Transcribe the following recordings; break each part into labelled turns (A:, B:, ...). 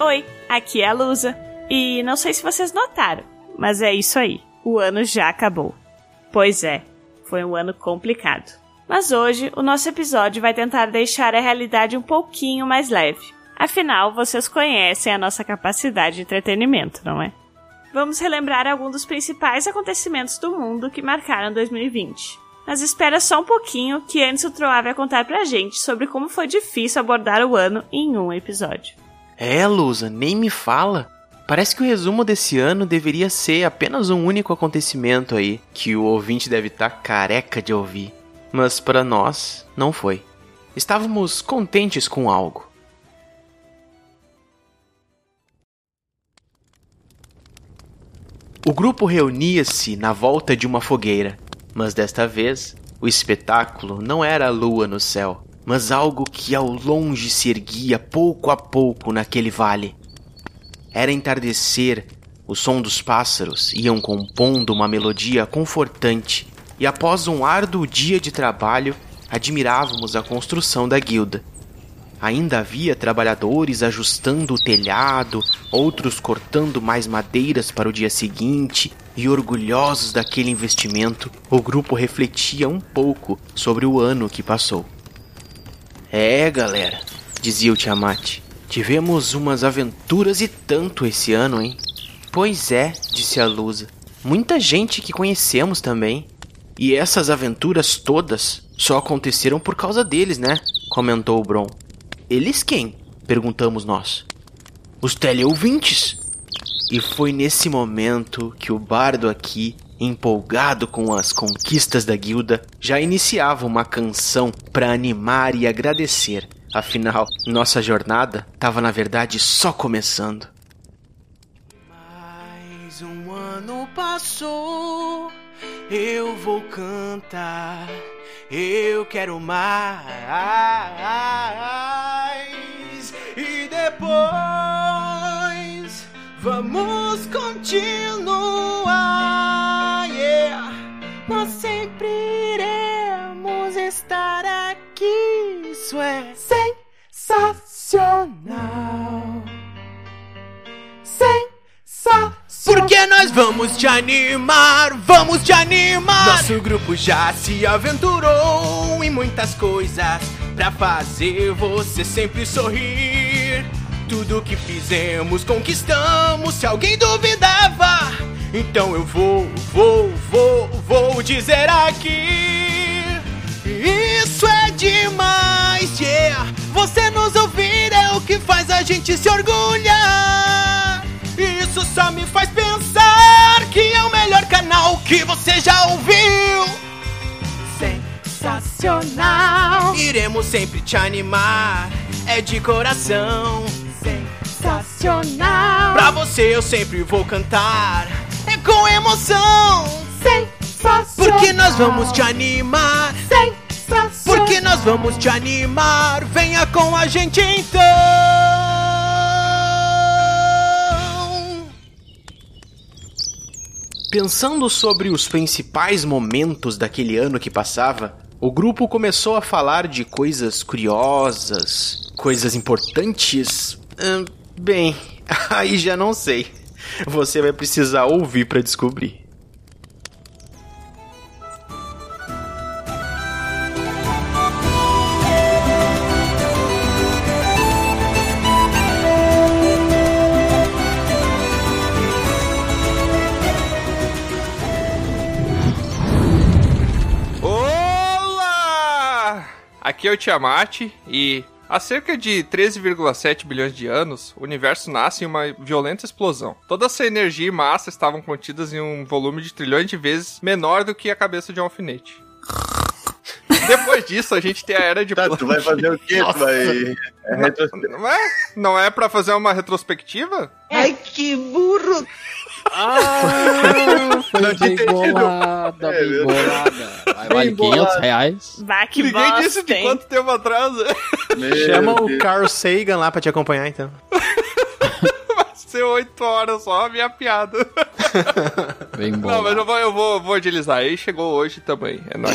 A: Oi, aqui é a Lusa. E não sei se vocês notaram, mas é isso aí. O ano já acabou. Pois é, foi um ano complicado. Mas hoje o nosso episódio vai tentar deixar a realidade um pouquinho mais leve. Afinal, vocês conhecem a nossa capacidade de entretenimento, não é? Vamos relembrar alguns dos principais acontecimentos do mundo que marcaram 2020. Mas espera só um pouquinho que antes o Troá vai contar pra gente sobre como foi difícil abordar o ano em um episódio.
B: É, Lusa, nem me fala. Parece que o resumo desse ano deveria ser apenas um único acontecimento aí, que o ouvinte deve estar careca de ouvir. Mas para nós, não foi. Estávamos contentes com algo. O grupo reunia-se na volta de uma fogueira, mas desta vez o espetáculo não era a lua no céu, mas algo que ao longe se erguia pouco a pouco naquele vale. Era entardecer, o som dos pássaros iam compondo uma melodia confortante, e após um árduo dia de trabalho, admirávamos a construção da guilda. Ainda havia trabalhadores ajustando o telhado, outros cortando mais madeiras para o dia seguinte, e orgulhosos daquele investimento, o grupo refletia um pouco sobre o ano que passou. É, galera, dizia o Tiamat. Tivemos umas aventuras e tanto esse ano, hein? Pois é, disse a Lusa. Muita gente que conhecemos também. E essas aventuras todas só aconteceram por causa deles, né? comentou o Bron. Eles quem? perguntamos nós. Os teleouvintes. E foi nesse momento que o bardo aqui empolgado com as conquistas da guilda, já iniciava uma canção para animar e agradecer. Afinal, nossa jornada estava na verdade só começando.
C: Mais um ano passou, eu vou cantar, eu quero mais. E depois vamos continuar. Nós sempre iremos estar aqui. Isso é sensacional. Sensacional. Porque nós vamos te animar, vamos te animar. Nosso grupo já se aventurou em muitas coisas pra fazer você sempre sorrir. Tudo que fizemos, conquistamos. Se alguém duvidava, então eu vou, vou, vou, vou dizer aqui. Isso é demais, yeah. Você nos ouvir é o que faz a gente se orgulhar. Isso só me faz pensar que é o melhor canal que você já ouviu. Sensacional. Iremos sempre te animar, é de coração. Sensacional. Pra você eu sempre vou cantar é com emoção. Sensacional. Porque nós vamos te animar. Sensacional. Porque nós vamos te animar. Venha com a gente então.
B: Pensando sobre os principais momentos daquele ano que passava, o grupo começou a falar de coisas curiosas, coisas importantes. Hum, bem, aí já não sei. Você vai precisar ouvir para descobrir.
D: Olá! Aqui é o Tiamat e Há cerca de 13,7 bilhões de anos, o universo nasce em uma violenta explosão. Toda essa energia e massa estavam contidas em um volume de trilhões de vezes menor do que a cabeça de um alfinete. Depois disso, a gente tem a era de
E: Tá, tu vai fazer o quê? Tu vai. É retroceder.
D: Não é? Não é pra fazer uma retrospectiva?
F: Ai, que burro!
G: Ah, foi
E: Não tinha
G: bem
E: entendido.
G: bolada,
E: É,
G: bem
E: meu.
G: bolada. Vai, vale
E: Bem bolada.
G: 500 reais.
A: Bah, que
D: Ninguém
A: bosta,
D: disse de
A: hein?
D: quanto tempo atrás.
E: Meu
B: Chama o
E: Deus.
B: Carl Sagan lá pra te acompanhar então.
D: Vai ser 8 horas só a minha piada.
G: Bem
D: Não, mas
G: bolada.
D: eu vou, eu vou, vou agilizar. Ele chegou hoje também. É nóis.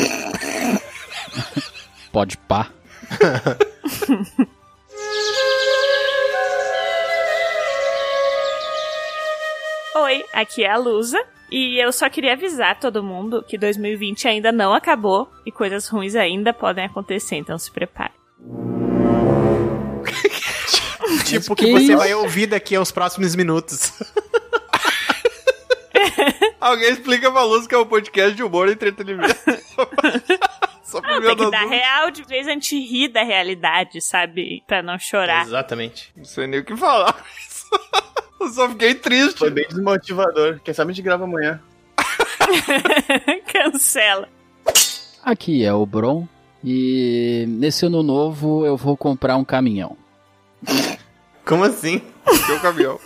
G: Pode pá.
A: Oi, aqui é a Lusa. E eu só queria avisar todo mundo que 2020 ainda não acabou e coisas ruins ainda podem acontecer, então se prepare.
C: Tipo,
G: que
C: que você
G: isso?
C: vai ouvir daqui aos próximos minutos.
D: Alguém explica pra Luz que é um podcast de humor e entretenimento. Só pro
A: Tem
D: meu
A: que
D: das
A: dar
D: duas.
A: real, de vez a gente ri da realidade, sabe? Pra não chorar.
C: Exatamente.
D: Não sei nem o que falar. Eu só fiquei triste.
E: Foi bem desmotivador. Quem sabe a gente grava amanhã.
A: Cancela.
G: Aqui é o Bron. E nesse ano novo eu vou comprar um caminhão.
C: Como assim?
D: Deu caminhão.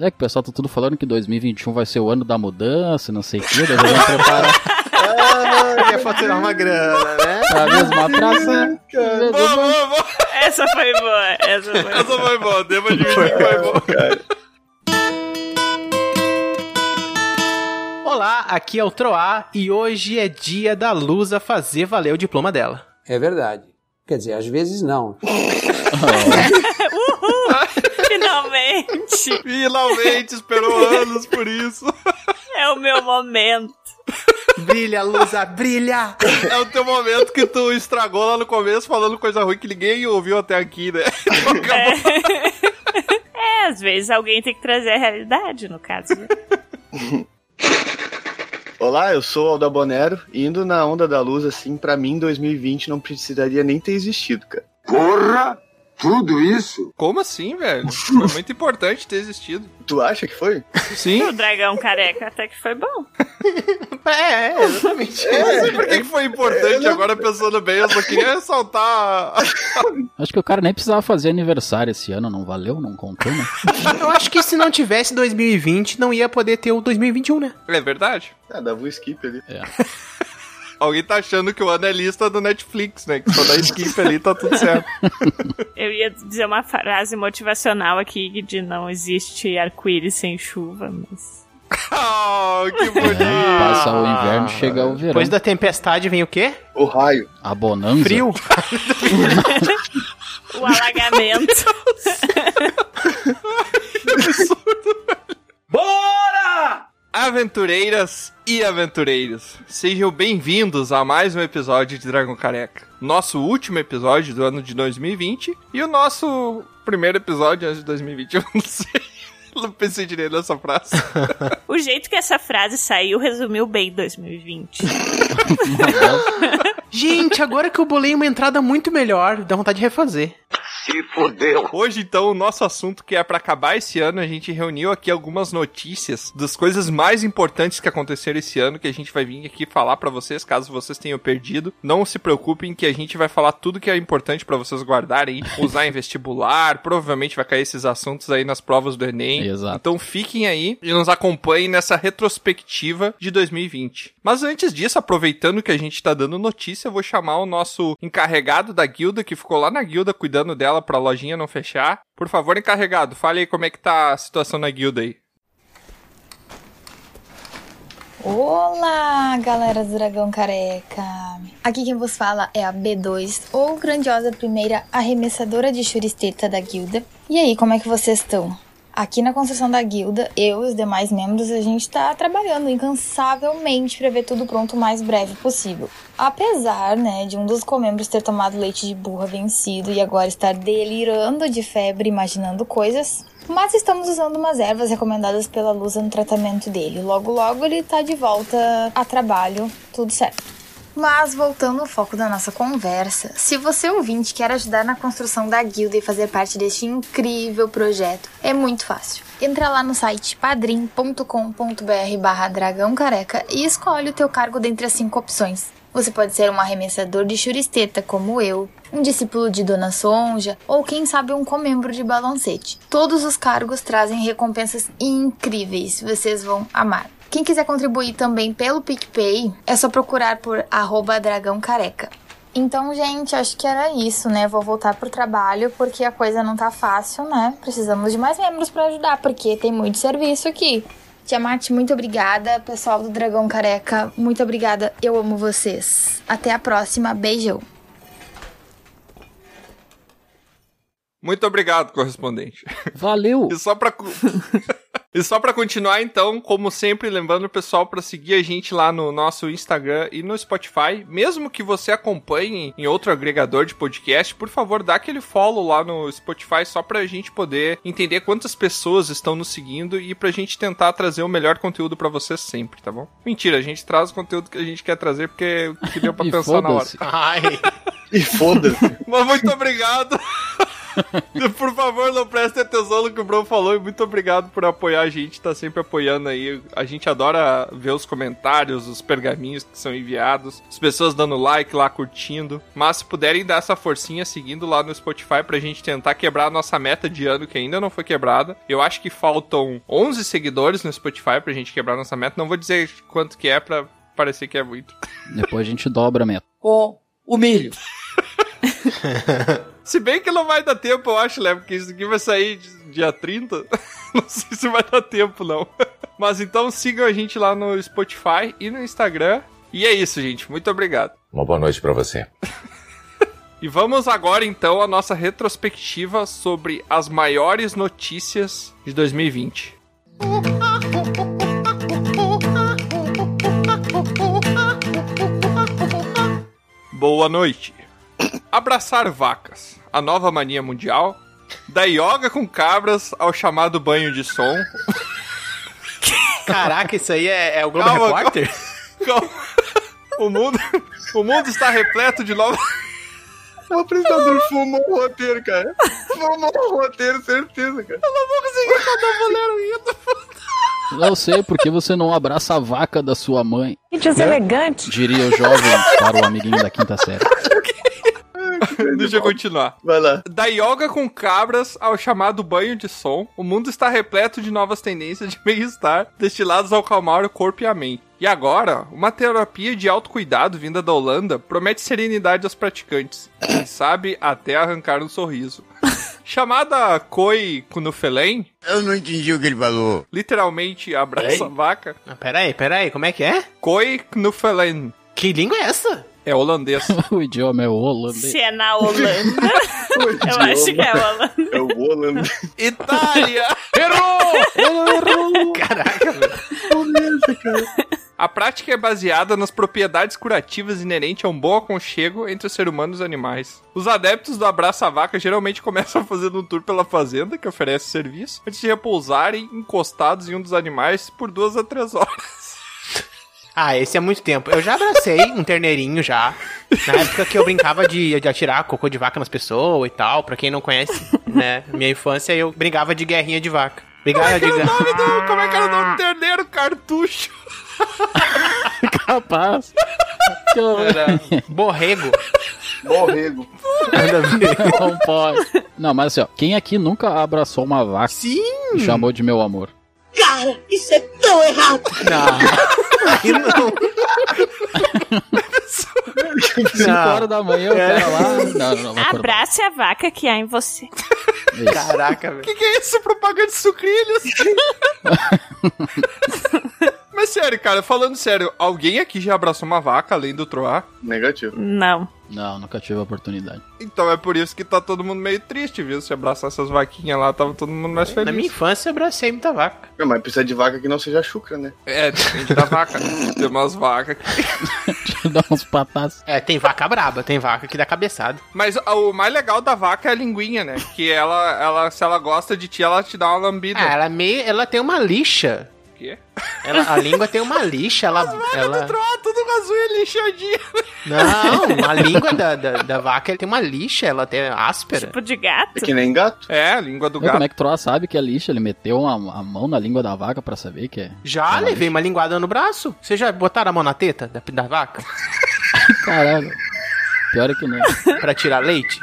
G: É que o pessoal tá tudo falando que 2021 vai ser o ano da mudança, não sei o que, daí vamos preparar
C: Ah, ia faturar uma grana, né?
G: a mesma praça.
D: Boa, boa, boa.
A: Essa foi boa. Essa foi boa.
D: Essa foi boa. Devo admitir que foi boa.
C: Olá, aqui é o Troá e hoje é dia da Lusa fazer valer o diploma dela.
H: É verdade. Quer dizer, às vezes não.
A: Finalmente.
D: Finalmente, esperou anos por isso.
A: É o meu momento.
C: Brilha, Lusa, brilha!
D: É o teu momento que tu estragou lá no começo falando coisa ruim que ninguém ouviu até aqui, né? Então acabou.
A: É, às vezes alguém tem que trazer a realidade, no caso. né?
E: Olá, eu sou o Aldabonero e indo na onda da luz, assim, pra mim 2020 não precisaria nem ter existido, cara.
H: Porra! Tudo isso?
D: Como assim, velho? Foi muito importante ter existido.
E: Tu acha que foi?
D: Sim.
A: O dragão careca até que foi bom.
C: É, é, exatamente.
D: Não sei por que que foi importante, agora pensando bem, eu só queria ressaltar.
G: Acho que o cara nem precisava fazer aniversário esse ano, não valeu, não contou, né?
C: Eu acho que se não tivesse 2020, não ia poder ter o 2021, né?
D: É verdade.
E: Ah, dava um skip ali.
D: Alguém tá achando que o ano é lista do Netflix, né? Que só dá skip ali tá tudo certo.
A: Eu ia dizer uma frase motivacional aqui de não existe arco-íris sem chuva, mas.
D: Oh, que
G: É,
D: bonito.
G: passa o inverno, chega o verão.
C: Depois da tempestade vem o quê?
E: O raio.
G: A bonança.
C: Frio.
A: O alagamento.
D: Aventureiras e aventureiros, sejam bem-vindos a mais um episódio de Dragon Careca. Nosso último episódio do ano de 2020 e o nosso primeiro episódio antes de 2021. Não sei. Não pensei direito nessa frase.
A: o jeito que essa frase saiu resumiu bem 2020.
C: Gente, agora que eu bolei uma entrada muito melhor, dá vontade de refazer.
D: Hoje, então, o nosso assunto que é pra acabar esse ano, a gente reuniu aqui algumas notícias das coisas mais importantes que aconteceram esse ano que a gente vai vir aqui falar pra vocês, caso vocês tenham perdido. Não se preocupem que a gente vai falar tudo que é importante pra vocês guardarem, usar em vestibular, provavelmente vai cair esses assuntos aí nas provas do Enem.
G: Exato.
D: Então fiquem aí e nos acompanhem nessa retrospectiva de 2020. Mas antes disso, aproveitando que a gente tá dando notícia, eu vou chamar o nosso encarregado da guilda, que ficou lá na guilda cuidando dela pra lojinha não fechar. Por favor, encarregado, fale aí como é que tá a situação na guilda aí.
I: Olá, galera do Dragão Careca! Aqui quem vos fala é a B2, ou grandiosa primeira arremessadora de churisteta da guilda. E aí, como é que vocês estão? Aqui na construção da guilda, eu e os demais membros, a gente tá trabalhando incansavelmente pra ver tudo pronto o mais breve possível. Apesar, né, de um dos comembros ter tomado leite de burra vencido e agora estar delirando de febre, imaginando coisas, mas estamos usando umas ervas recomendadas pela Lusa no tratamento dele. Logo, logo ele tá de volta a trabalho, tudo certo. Mas voltando ao foco da nossa conversa, se você ouvinte quer ajudar na construção da guilda e fazer parte deste incrível projeto, é muito fácil. Entra lá no site padrim.com.br barra dragão careca e escolhe o teu cargo dentre as cinco opções. Você pode ser um arremessador de churisteta como eu, um discípulo de Dona Sonja ou quem sabe um comembro de balancete. Todos os cargos trazem recompensas incríveis, vocês vão amar. Quem quiser contribuir também pelo PicPay, é só procurar por arroba dragão careca. Então, gente, acho que era isso, né? Vou voltar pro trabalho porque a coisa não tá fácil, né? Precisamos de mais membros pra ajudar, porque tem muito serviço aqui. Tiamat, muito obrigada. Pessoal do Dragão Careca, muito obrigada. Eu amo vocês. Até a próxima. Beijão.
D: Muito obrigado, correspondente.
G: Valeu!
D: E só pra, cu- E só pra continuar, então, como sempre, lembrando o pessoal pra seguir a gente lá no nosso Instagram e no Spotify. Mesmo que você acompanhe em outro agregador de podcast, por favor, dá aquele follow lá no Spotify só pra gente poder entender quantas pessoas estão nos seguindo e pra gente tentar trazer o melhor conteúdo pra vocês sempre, tá bom? Mentira, a gente traz o conteúdo que a gente quer trazer porque o que deu pra
G: E
D: pensar na hora.
G: foda-se.
J: Ai,
E: E foda-se.
D: Mas muito obrigado. por favor, não preste atenção no que o Bruno falou e muito obrigado por apoiar a gente, tá sempre apoiando aí. A gente adora ver os comentários, os pergaminhos que são enviados, as pessoas dando like lá, curtindo. Mas se puderem dar essa forcinha seguindo lá no Spotify pra gente tentar quebrar a nossa meta de ano que ainda não foi quebrada. Eu acho que faltam 11 seguidores no Spotify pra gente quebrar nossa meta. Não vou dizer quanto que é pra parecer que é muito.
G: Depois a gente dobra a meta.
F: Com o milho.
D: Se bem que não vai dar tempo, eu acho, né? Porque isso aqui vai sair de- dia 30. Não sei se vai dar tempo, não. Mas então sigam a gente lá no Spotify e no Instagram. E é isso, gente. Muito obrigado.
K: Uma boa noite pra você.
D: E vamos agora, então, à nossa retrospectiva sobre as maiores notícias de 2020. Boa noite. Abraçar vacas, a nova mania mundial. Da yoga com cabras ao chamado banho de som.
C: Caraca, isso aí é, é o Globo
D: Calma,
C: Repórter?
D: Calma. O mundo, o mundo está repleto de novas.
E: O apresentador fumou o roteiro, cara. Fumou o roteiro, certeza, cara.
G: Não sei por que você não abraça a vaca da sua mãe,
E: É?
A: elegante.
G: diria o jovem para o amiguinho da quinta série.
D: Deixa eu continuar.
E: Vai lá.
D: Da yoga com cabras ao chamado banho de som, o mundo está repleto de novas tendências de bem-estar destiladas ao calmar o corpo e a mente. E agora, uma terapia de autocuidado vinda da Holanda promete serenidade aos praticantes. Quem sabe até arrancar um sorriso. Chamada Koi Kunufelen,
K: Eu não entendi o que ele falou.
D: literalmente abraça a vaca.
C: Ah, peraí, peraí, como é que é?
D: Koi Knufelen
C: Que língua é essa?
D: é holandês.
G: O idioma é o holandês.
A: Se é na Holanda, eu acho que é Holanda.
E: É o Holland.
D: Itália!
C: Caraca, velho.
D: A prática é baseada nas propriedades curativas inerentes a um bom aconchego entre o ser humano e os animais. Os adeptos do abraça-vaca geralmente começam fazendo um tour pela fazenda, que oferece serviço, antes de repousarem encostados em um dos animais por duas a três horas.
C: Ah, esse é muito tempo. Eu já abracei um terneirinho já. Na época que eu brincava de, de atirar cocô de vaca nas pessoas e tal. Pra quem não conhece, né? Minha infância eu brincava de guerrinha de vaca. Brigava de
D: Era o
C: guerra.
D: nome do... Como é que era o nome do terneiro? Cartucho.
G: Capaz.
C: Borrego.
E: Borrego.
C: Nada a ver.
G: Não pode. Não, mas assim, ó, quem aqui nunca abraçou uma vaca
C: Sim!
G: e chamou de meu amor?
F: Cara, isso é tão errado.
C: Não. Aí não.
G: Cinco horas da manhã, o cara lá. Não, não, não, vou acordar.
A: Abrace a vaca que há em você.
G: Isso.
C: Caraca, velho.
D: Que que é isso? Propaganda de sucrilhos? Mas sério, cara, falando sério, alguém aqui já abraçou uma vaca além do Troar?
E: Negativo.
A: Não.
G: Não, nunca tive a oportunidade.
D: Então é por isso que tá todo mundo meio triste, viu? Se abraçar essas vaquinhas lá, tava todo mundo mais
C: Na
D: feliz.
C: minha infância eu abracei muita vaca.
E: Não, mas precisa de vaca que não seja chucra, né?
D: É, depende da vaca. né? Tem umas vacas. que-
G: Deixa eu dar uns patas.
C: É, tem vaca braba, tem vaca que dá cabeçada.
D: Mas a- o mais legal da vaca é a linguinha, né? Que ela, ela se ela gosta de ti, ela te dá uma lambida.
C: Ah, ela meio. Ela tem uma lixa.
D: O quê?
C: Ela, a língua tem uma lixa, ela. ela...
D: Ah, tudo azul e lixadinha.
C: Não, a língua da, da, da vaca tem uma lixa, ela tem áspera.
A: Tipo de
E: É
A: gato?
E: que nem gato.
D: É, a língua do
G: Mas
D: gato.
G: como é que o Troá sabe que é lixa? Ele meteu a, a mão na língua da vaca pra saber que é.
C: Já levei uma linguada no braço. Vocês já botaram a mão na teta da, da vaca
G: Caralho. Pior é que não.
C: pra tirar leite?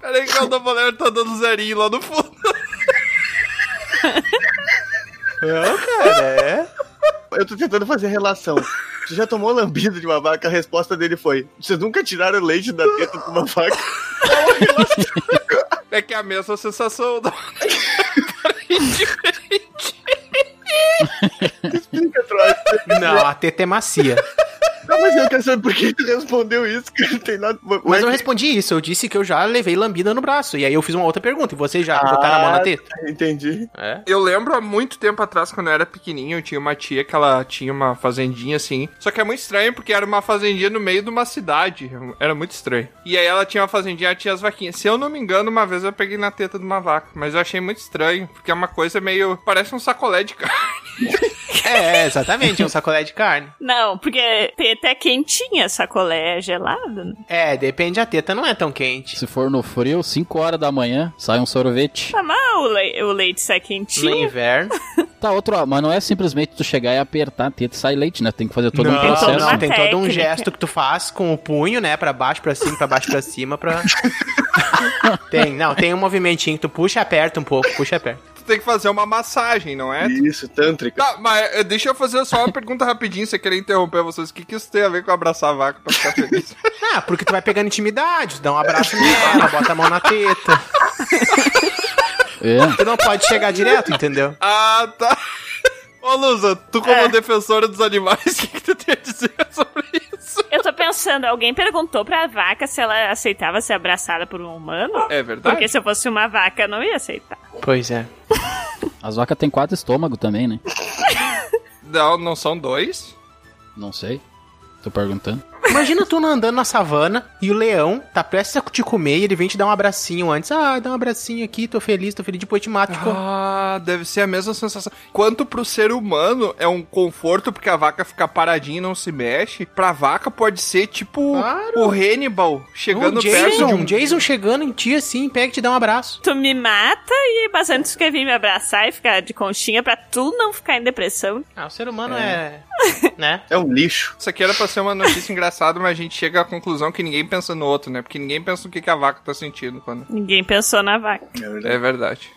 D: Peraí que o da mulher tá dando zerinho lá no fundo.
E: Eu tô tentando fazer relação. Você já tomou lambida de uma vaca? A resposta dele foi: Vocês nunca tiraram leite da teta de uma vaca?
D: É que é a mesma sensação. né? Da...
E: Explica, Troy.
C: Não, a teta é macia.
E: Não, mas Mas eu quero saber por que tu respondeu isso, é que não tem nada.
B: Mas eu não respondi isso, eu disse que eu já levei lambida no braço. E aí eu fiz uma outra pergunta, e vocês já botaram a mão na teta?
E: Entendi.
B: É?
D: Eu lembro há muito tempo atrás, quando eu era pequenininho, eu tinha uma tia que ela tinha uma fazendinha assim. Só que é muito estranho porque era uma fazendinha no meio de uma cidade. Era muito estranho. E aí ela tinha uma fazendinha, ela tinha as vaquinhas. Se eu não me engano, uma vez eu peguei na teta de uma vaca. Mas eu achei muito estranho, porque é uma coisa meio. Parece um sacolé de carne.
B: É, exatamente, é um sacolé de carne.
A: Não, porque teta é quentinha, sacolé é gelado. né?
B: É, depende, a teta não é tão quente.
G: Se for no frio, 5 horas da manhã, sai um sorvete.
A: Tá mal o, le- o leite sai
B: No
A: quentinho.
B: inverno.
G: Tá, outro, ó, mas não é simplesmente tu chegar e apertar a teta e sair leite, né? Tem que fazer todo um
B: Não,
G: processo.
B: não,
A: uma
B: tem todo um
A: técnica.
B: gesto que tu faz com o punho, né? Pra baixo, pra cima, pra baixo, pra cima, pra. tem, não, tem um movimentinho que tu puxa, aperta um pouco, puxa, aperta.
D: Tu tem que fazer uma massagem, não é?
E: Isso, tântrica.
D: Tá, mas eh, deixa eu fazer só uma pergunta rapidinho, se eu querer interromper vocês. O que, que isso tem a ver com abraçar a vaca pra ficar feliz?
B: Ah, porque tu vai pegando intimidade, tu dá um abraço nela, bota a mão na teta.
G: É.
B: Tu não pode chegar direto, entendeu?
D: ah, tá. Ô, Lusa, tu como
A: É.
D: defensora dos animais, o que, que tu tem a dizer sobre isso?
A: Eu tô pensando, alguém perguntou pra vaca se ela aceitava ser abraçada por um humano?
D: É verdade?
G: Ah.
A: Porque se eu fosse uma vaca, eu não ia aceitar.
B: Pois é.
G: As vacas têm quatro estômagos também, né?
D: Não, não são dois?
G: Não sei. Tô perguntando.
B: Imagina tu andando na savana e o leão tá prestes a te comer e ele vem te dar um abracinho antes. Ah, dá um abracinho aqui, tô feliz, tô feliz, depois te mato. Tipo,
D: Ah, deve ser a mesma sensação. Quanto pro ser humano é um conforto porque a vaca fica paradinha e não se mexe, pra vaca pode ser tipo
B: Claro.
D: o Hannibal chegando
B: o
D: perto de
B: Jason,
D: um.
B: Jason chegando em ti assim, pega e te dá um abraço.
A: Tu me mata e mas antes tu quer vir me abraçar e ficar de conchinha pra tu não ficar em depressão.
B: Ah, o ser humano é. né?
E: É um lixo.
D: Isso aqui era pra ser uma notícia engraçada, mas a gente chega à conclusão que ninguém pensa no outro, né? Porque ninguém pensa no que, que a vaca tá sentindo quando.
A: Ninguém pensou na vaca.
D: É verdade.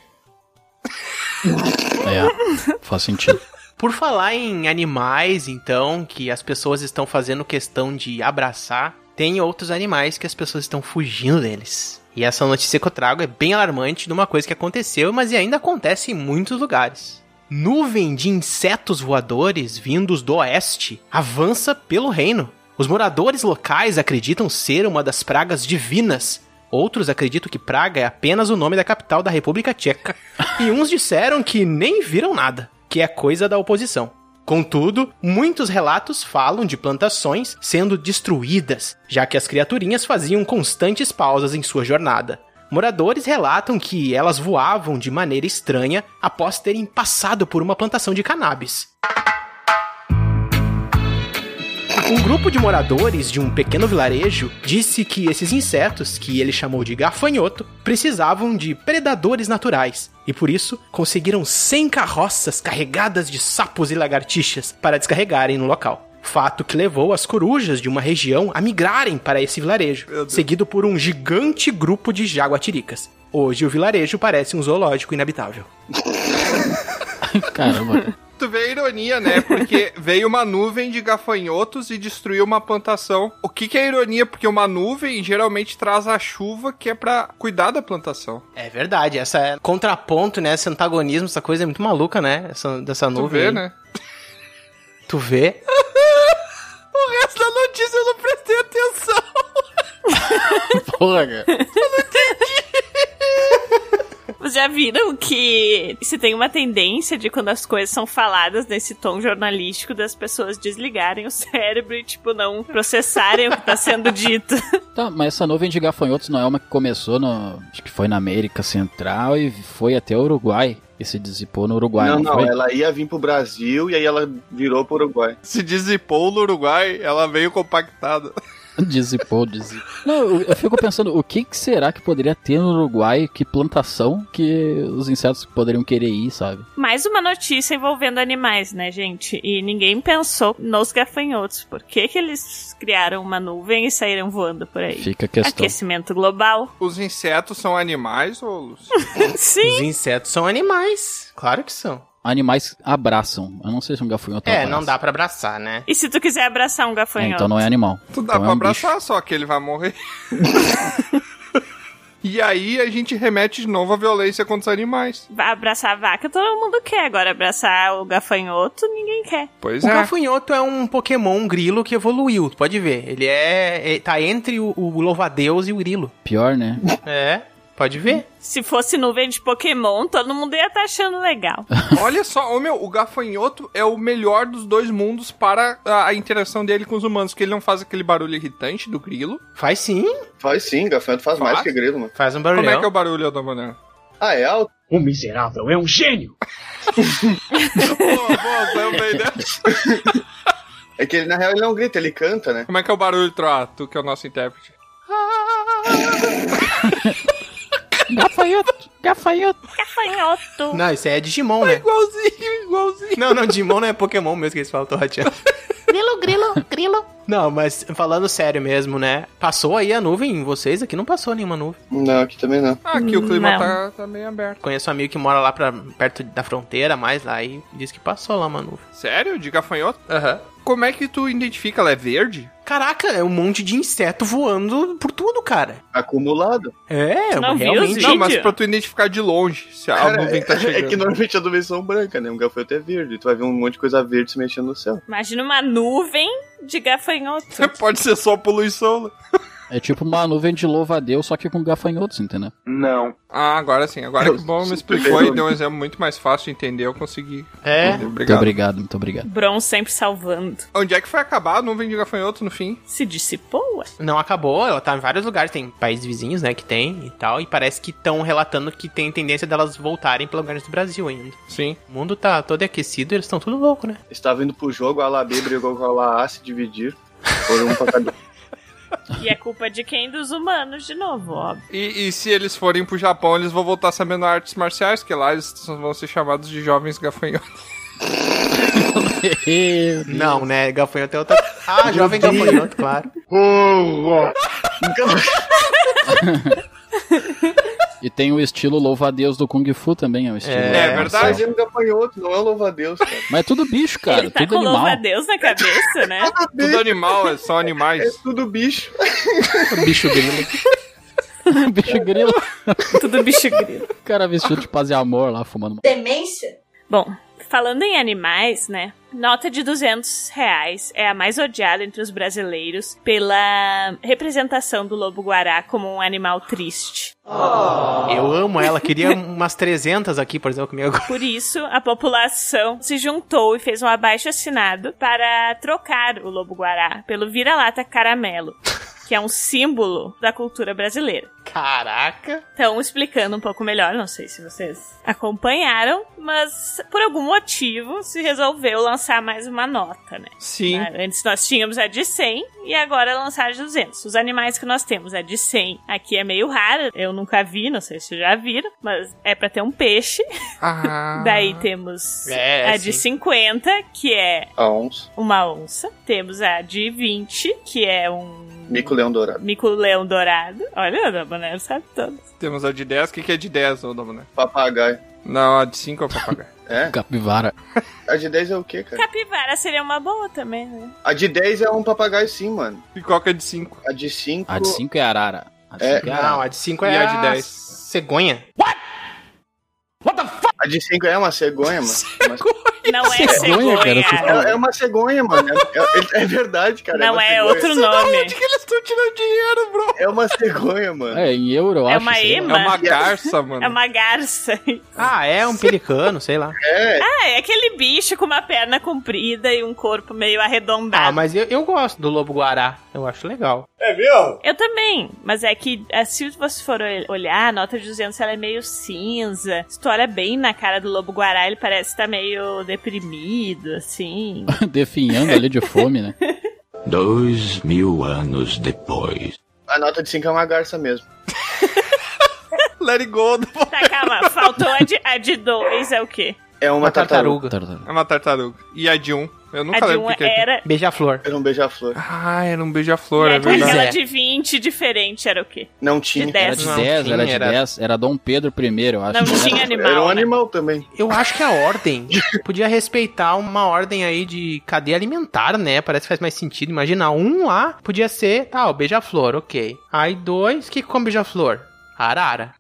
G: É, faz sentido.
B: Por falar em animais, então, que as pessoas estão fazendo questão de abraçar, tem outros animais que as pessoas estão fugindo deles. E essa notícia que eu trago é bem alarmante de uma coisa que aconteceu, mas e ainda acontece em muitos lugares. Nuvem de insetos voadores vindos do oeste avança pelo reino. Os moradores locais acreditam ser uma das pragas divinas. Outros acreditam que praga é apenas o nome da capital da República Tcheca. E uns disseram que nem viram nada, que é coisa da oposição. Contudo, muitos relatos falam de plantações sendo destruídas, já que as criaturinhas faziam constantes pausas em sua jornada. Moradores relatam que elas voavam de maneira estranha após terem passado por uma plantação de cannabis. Um grupo de moradores de um pequeno vilarejo disse que esses insetos, que ele chamou de gafanhoto, precisavam de predadores naturais e por isso conseguiram 100 carroças carregadas de sapos e lagartixas para descarregarem no local. Fato que levou as corujas de uma região a migrarem para esse vilarejo, seguido por um gigante grupo de jaguatiricas. Hoje o vilarejo parece um zoológico inabitável.
G: Caramba.
D: Tu vê a ironia, né? Porque veio uma nuvem de gafanhotos e destruiu uma plantação. O que, que é ironia? Porque uma nuvem geralmente traz a chuva que é pra cuidar da plantação.
B: É verdade, essa é contraponto, né? Esse antagonismo, essa coisa é muito maluca, né? Essa, dessa
D: Tu
B: nuvem.
D: vê,
B: aí.
D: né?
B: Tu vê?
D: O resto da notícia eu não prestei atenção.
G: Porra, cara.
A: Vocês já viram que se tem uma tendência de quando as coisas são faladas nesse tom jornalístico das pessoas desligarem o cérebro e, tipo, não processarem o que tá sendo dito.
G: Tá, mas essa nuvem de gafanhotos não é uma que começou no. Acho que foi na América Central e foi até o Uruguai. E se dissipou no Uruguai,
E: não, não,
G: não, foi?
E: ela ia vir pro Brasil e aí ela virou pro Uruguai.
D: Se dissipou no Uruguai, ela veio compactada.
G: Dissipou, dissipou. Não, eu, eu fico pensando, o que, que será que poderia ter no Uruguai? Que plantação que os insetos poderiam querer ir, sabe?
A: Mais uma notícia envolvendo animais, né, gente? E ninguém pensou nos gafanhotos. Por que, que eles criaram uma nuvem e saíram voando por
B: É,
A: aí?
G: Fica a questão.
A: Aquecimento global.
D: Os insetos são animais, ô Lúcio?
A: Sim.
B: Os insetos são animais. Claro que são.
G: Animais abraçam. Eu não sei se um gafanhoto
B: É,
G: abraça.
B: não dá pra abraçar, né?
A: E se tu quiser abraçar um
G: É,
A: gafanhoto?
D: um
G: então não é animal.
D: Tu dá
G: Então é
D: pra
G: um bicho.
D: abraçar, só que ele vai morrer. E aí a gente remete de novo à violência contra os animais.
A: Vai Abraçar a vaca todo mundo quer, agora abraçar o gafanhoto ninguém quer.
D: Pois
B: O
D: é.
B: gafanhoto é um Pokémon um grilo que evoluiu, tu pode ver. Ele é. é- tá entre o, o louvadeus e o grilo.
G: Pior, né?
B: É, pode ver.
A: Se fosse nuvem de Pokémon, todo mundo ia tá achando legal.
D: Olha só, ô meu, o gafanhoto é o melhor dos dois mundos para a, a interação dele com os humanos, que ele não faz aquele barulho irritante do grilo.
B: Faz sim.
E: Faz sim, gafanhoto faz, mais
D: Faz?
E: que grilo, mano.
B: Faz um
D: Como é
B: barulhão.
D: que é o barulho, Odomanel?
E: Ah, é alto?
H: O miserável é um gênio!
D: boa, boa, saiu bem, né?
E: É que ele, na real, ele não grita, ele canta, né?
D: Como é que é o barulho, Troa? Tu que é o nosso intérprete.
G: Gafanhoto! Gafanhoto!
A: Gafanhoto.
B: Não, isso aí é Digimon, né?
D: Tá Igualzinho, igualzinho.
B: Não, não, Digimon não é Pokémon mesmo que eles falam, tô rateando.
A: grilo, grilo, grilo.
B: Não, mas falando sério mesmo, né? Passou aí a nuvem em vocês? Aqui não passou nenhuma nuvem.
E: Não, aqui também não.
D: Ah, aqui o clima
A: Não.
D: tá, tá meio aberto.
B: Conheço um amigo que mora lá pra, perto da fronteira, mais lá, e diz que passou lá uma nuvem.
D: Sério? De gafanhoto? Aham. Como é que tu identifica? Ela é verde?
B: Caraca, é um monte de inseto voando por tudo, cara.
E: Acumulado.
B: É,
A: não viu,
B: realmente.
A: Gente.
D: Não, mas pra tu identificar de longe se a nuvem tá
E: É
D: chegando.
E: que normalmente as nuvens são brancas, né? Um gafanhoto é verde. Tu vai ver um monte de coisa verde se mexendo no céu.
A: Imagina uma nuvem de gafanhoto.
D: Pode ser só poluição. né?
G: É tipo uma nuvem de louva-a-Deus, só que com gafanhotos, entendeu?
E: Não.
D: Ah, agora sim. Agora
E: Eu
D: que o bom me
E: super
D: explicou e
E: doido.
D: deu um exemplo muito mais fácil de entender, eu consegui.
B: É.
G: Muito
D: Obrigado.
G: obrigado, muito obrigado.
A: Bron sempre salvando.
D: Onde é que foi acabar a nuvem de gafanhoto no fim?
A: Se dissipou, ué.
B: Não acabou, ela tá em vários lugares, tem países vizinhos, né, que tem e tal, e parece que estão relatando que tem tendência delas voltarem para lugares do Brasil ainda.
D: Sim.
B: O mundo tá todo aquecido, eles estão tudo louco, né?
E: Estava indo tá pro jogo, a Alabê brigou com a Ala A se dividir. Foram um pra cada.
A: E é culpa de quem? Dos humanos, de novo, óbvio.
D: E, e se eles forem pro Japão, eles vão voltar sabendo artes marciais, que lá eles só vão ser chamados de jovens gafanhotos.
B: Não, né, gafanhoto é outra... Ah, jovem gafanhoto, claro.
G: E tem o estilo louva-a-Deus do Kung Fu também, é um estilo.
B: É,
G: marcial.
E: Mas ele é um gafanhoto, não é um louva-a-Deus, cara.
G: Mas é tudo bicho, cara,
A: Ele tá
G: tudo
A: com
G: animal.
A: louva-a-Deus na cabeça, né?
D: Tudo animal, é- são
E: É
D: animais.
E: tudo bicho.
B: Bicho grilo.
G: bicho grilo.
A: Tudo bicho grilo.
G: O cara vestido de paz e amor lá, fumando.
C: Demência?
A: Bom, falando em animais, né? Nota de 200 reais é a mais odiada entre os brasileiros pela representação do lobo-guará como um animal triste.
B: Eu amo ela, queria umas 300 aqui, por exemplo, comigo agora.
A: Por isso, a população se juntou e fez um abaixo assinado para trocar o lobo-guará pelo vira-lata caramelo, que é um símbolo da cultura brasileira.
B: Caraca.
A: Então, explicando um pouco melhor, não sei se vocês acompanharam, mas por algum motivo se resolveu lançar mais uma nota, né?
D: Sim.
A: Ah, Antes nós tínhamos a de 100 e agora lançar a de 200. Os animais que nós temos, a de 100 aqui é meio rara, eu nunca vi, não sei se vocês já viram, mas é pra ter um peixe.
D: Ah.
A: Daí temos
B: É,
A: a
B: é,
A: de
B: sim.
A: 50, que é
E: A onça.
A: uma onça. Temos a de 20, que é um
E: Mico leão dourado.
A: mico-leão dourado. Olha, o Dabanero sabe todo.
D: Temos a de 10. O que, que é de 10, ô Dominé?
E: Papagaio.
D: Não, a de 5 é o papagaio.
E: É?
G: Capivara.
E: A de 10 é o quê, cara?
A: Capivara seria uma boa também, né?
E: A de 10 é um papagaio sim, mano.
D: e qual que é de 5?
E: A de 5.
G: A de 5 é arara. A de
E: É,
G: 5 é, arara.
B: Não, a de 5
D: E
B: é
D: a de 10?
B: Cegonha.
E: A de 5 é uma cegonha, mano.
A: Não é
G: Cegonha,
A: cegonha.
G: cara, vocês
E: É uma- É, uma cegonha, mano. É, é- é verdade, cara.
A: não
E: uma
A: é
E: cegonha.
A: outro nome.
D: que eles estão tirando dinheiro, bro?
E: É uma cegonha, mano.
G: É, em euro, eu
A: É
G: acho.
A: uma
G: sei lá.
D: É
A: ema.
D: uma garça, mano.
A: É uma garça.
B: Ah, é um pelicano, sei lá.
E: É,
A: Ah, é aquele bicho com uma perna comprida e um corpo meio arredondado.
B: Ah, mas eu, eu gosto do lobo-guará. Eu acho legal.
A: Eu também, mas é que é, se você for ol- olhar, a nota de 200 ela é meio cinza. Se tu olha bem na cara do lobo guará, ele parece estar meio deprimido, assim.
G: Definhando ali de fome, né?
L: Dois mil anos depois.
E: a nota de 5 é uma garça mesmo.
D: Let it go. Dominé.
A: Tá, calma, faltou a de, a de dois, é o quê?
E: É uma,
B: Uma tartaruga.
E: tartaruga.
G: Tartaruga.
D: É uma tartaruga. E a de 1? Eu nunca
A: a de
D: lembro
A: um
D: o que, que é.
A: era.
B: Beija-flor.
E: Era um beija-flor.
D: Ah, era um beija-flor,
A: e
D: é
A: a de- aquela
B: verdade.
A: de 20 diferente era o quê?
E: Não
A: De
E: tinha.
A: 10.
G: Era de
B: Não
G: 10, era de
B: tinha, era-
G: 10. Era Dom Pedro I, eu acho.
A: Não
G: era-
A: tinha animal.
E: Era um
A: né?
E: animal também.
B: Eu acho que a ordem podia respeitar uma ordem aí de cadeia alimentar, né? Parece que faz mais sentido. Imagina, um lá podia ser, tá, o beija-flor, ok. Aí dois, o que que come beija-flor?
J: Arara.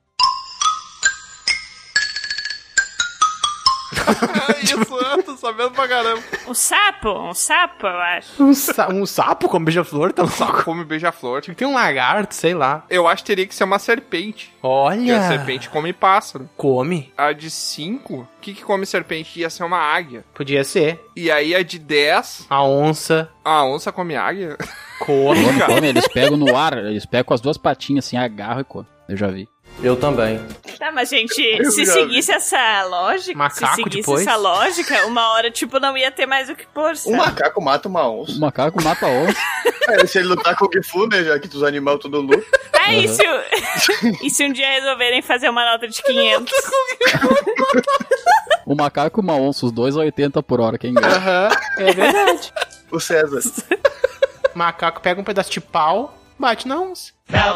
D: Isso, eu tô sabendo pra caramba.
A: Um sapo? Um sapo, eu acho.
J: Um, sa- um sapo como beija-flor? Tá louco?
D: Come beija-flor.
J: Tem um lagarto, sei lá.
D: Eu acho que teria que ser uma serpente. Porque
J: Olha.
D: a serpente come pássaro.
J: Come.
D: A de 5, o que, que come serpente? Ia ser uma águia.
J: Podia ser.
D: E aí a de 10,
J: A onça
D: a onça come águia.
J: come.
D: Cara.
G: Come, come, eles pegam no ar, eles pegam com as duas patinhas assim, agarram e come. Eu já vi.
J: Eu também.
A: Tá, mas gente, se seguisse essa lógica, se
J: Macaco
A: seguisse
J: depois?
A: essa lógica, uma hora, tipo, não ia ter mais o que pôr,
E: Um
A: sabe?
E: macaco mata uma onça.
G: O macaco mata a onça.
E: É, se ele lutar com o Gifu, né? Já que os animais tudo lutam.
A: É isso. e se um dia resolverem fazer uma nota de 500?
G: O macaco e uma onça, os dois a 80 por hora, quem ganha.
J: Aham, é verdade.
E: O César.
J: Macaco pega um pedaço de pau, bate na onça.
D: Tá,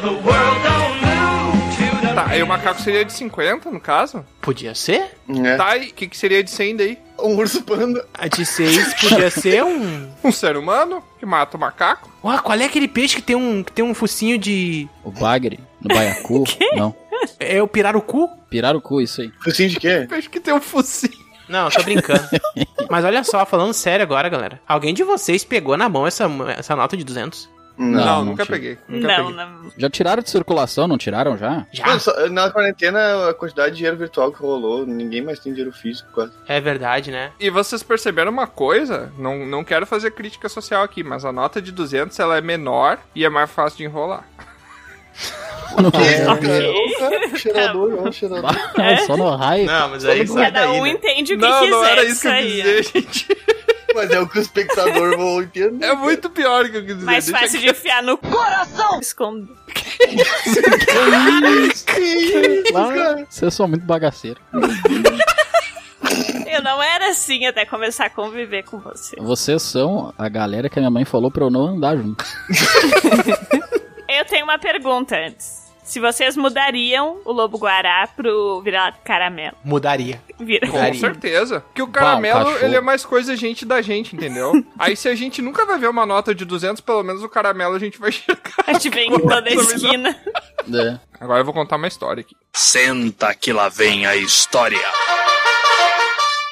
D: aí o macaco seria de 50, no caso?
J: Podia ser?
G: É.
E: né?
D: Tá, e o que, que seria de 100 daí?
E: Um urso panda.
J: A de seis podia ser um.
D: Um ser humano que mata o macaco?
J: Ué, qual é aquele peixe que tem um, que tem um focinho de.
G: O bagre, no baiacu. não.
J: É o pirarucu?
G: Pirarucu, isso aí.
E: Focinho de quê?
D: Acho que tem um focinho.
J: Não, tô brincando. Mas olha só, falando sério agora, galera. Alguém de vocês pegou na mão essa, essa nota de 200?
G: Não,
D: Não,
G: não
D: nunca
G: tinha.
D: peguei. Nunca
A: Não,
D: peguei.
A: não.
G: Já tiraram de circulação, não tiraram já?
J: Já?
E: Mano, só- na quarentena, a quantidade de dinheiro virtual que rolou, ninguém mais tem dinheiro físico quase.
J: É verdade, né?
D: E vocês perceberam uma coisa? Não, não quero fazer crítica social aqui, mas a nota de 200 ela é menor e é mais fácil de enrolar.
G: Não,
J: Ah,
G: é,
E: Cheirador, é um cheirador.
G: Só no raio.
J: Não, mas aí só
A: Cada
J: daí,
A: um
J: né?
A: entende o que
D: não,
A: quiser.
D: não era isso que eu
A: aí,
D: quis
A: ó.
D: dizer, gente.
E: Mas é o que o espectador vão entender.
D: É muito pior do que eu quis dizer.
A: Mais
D: Deixa
A: fácil de enfiar no coração. Esconde.
G: Vocês são muito bagaceiros.
A: Eu não era assim até começar a conviver com você.
G: Vocês são a galera que a minha mãe falou pra eu não andar junto.
A: Eu tenho uma pergunta antes. Se vocês mudariam o Lobo Guará pro Vira-Lata Caramelo?
J: Mudaria.
A: Vira.
D: Com certeza. Porque o caramelo,
G: Bah, cachorro.
D: ele é mais coisa gente da gente, entendeu? Aí se a gente nunca vai ver uma nota de 200, pelo menos o caramelo a gente vai chegar.
A: A gente vem em toda a esquina.
G: É.
D: Agora eu vou contar uma história aqui.
K: Senta que lá vem a história.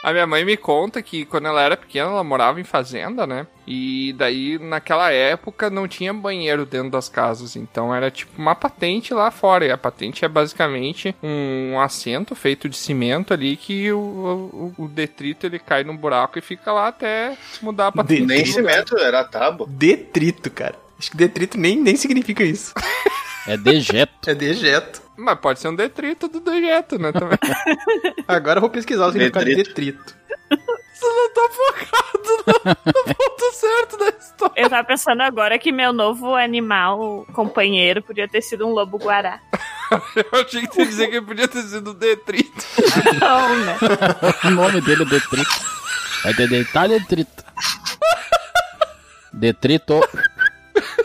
D: A minha mãe me conta que quando ela era pequena, ela morava em fazenda, né? E daí, naquela época, não tinha banheiro dentro das casas. Então era tipo uma patente lá fora. E a patente é basicamente um assento feito de cimento ali que o, o- o detrito ele cai num buraco e fica lá até mudar a patente.
E: Nem cimento, era tábua.
J: Detrito, cara. Acho que detrito nem, nem significa isso.
G: É dejeto.
J: É dejeto.
D: Mas pode ser um detrito do dejeto, né? Também.
J: Agora eu vou pesquisar o significado de detrito.
D: Você não tá focado no, no ponto certo da história.
A: Eu tava pensando agora que meu novo animal companheiro podia ter sido um Lobo Guará.
D: Eu achei que você ia dizer que podia ter sido um detrito.
A: Não, né?
G: O nome dele é detrito. Vai ter deitar detrito. Detrito.